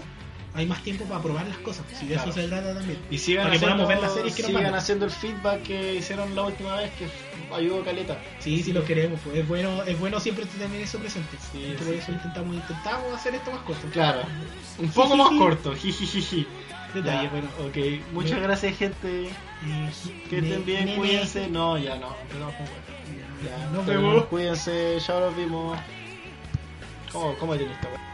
A: hay más tiempo para probar las cosas. Si de
B: Claro.
A: eso se trata también.
B: y sigan,
A: Para que
B: haciendo,
A: podamos ver las series que nos
B: sigan
A: mandan.
B: haciendo el feedback que hicieron la última vez, que ayudó Caleta.
A: Sí, sí, lo queremos. pues. Es bueno es bueno siempre tener eso presente.
B: Sí,
A: Y por
B: sí.
A: eso intentamos, intentamos hacer esto más corto.
B: Claro, un poco más corto, jijijiji.
A: Detalle,
B: Ya,
A: bueno.
B: ok. Muchas
A: Me-
B: gracias, gente. Que estén bien, cuídense. No, ya no, empezamos con cuenta.
A: Ya,
B: Ya,
A: Nos
B: pero
A: vemos.
B: Cuídense, ya los vimos. ¿Cómo, cómo tiene esta wea?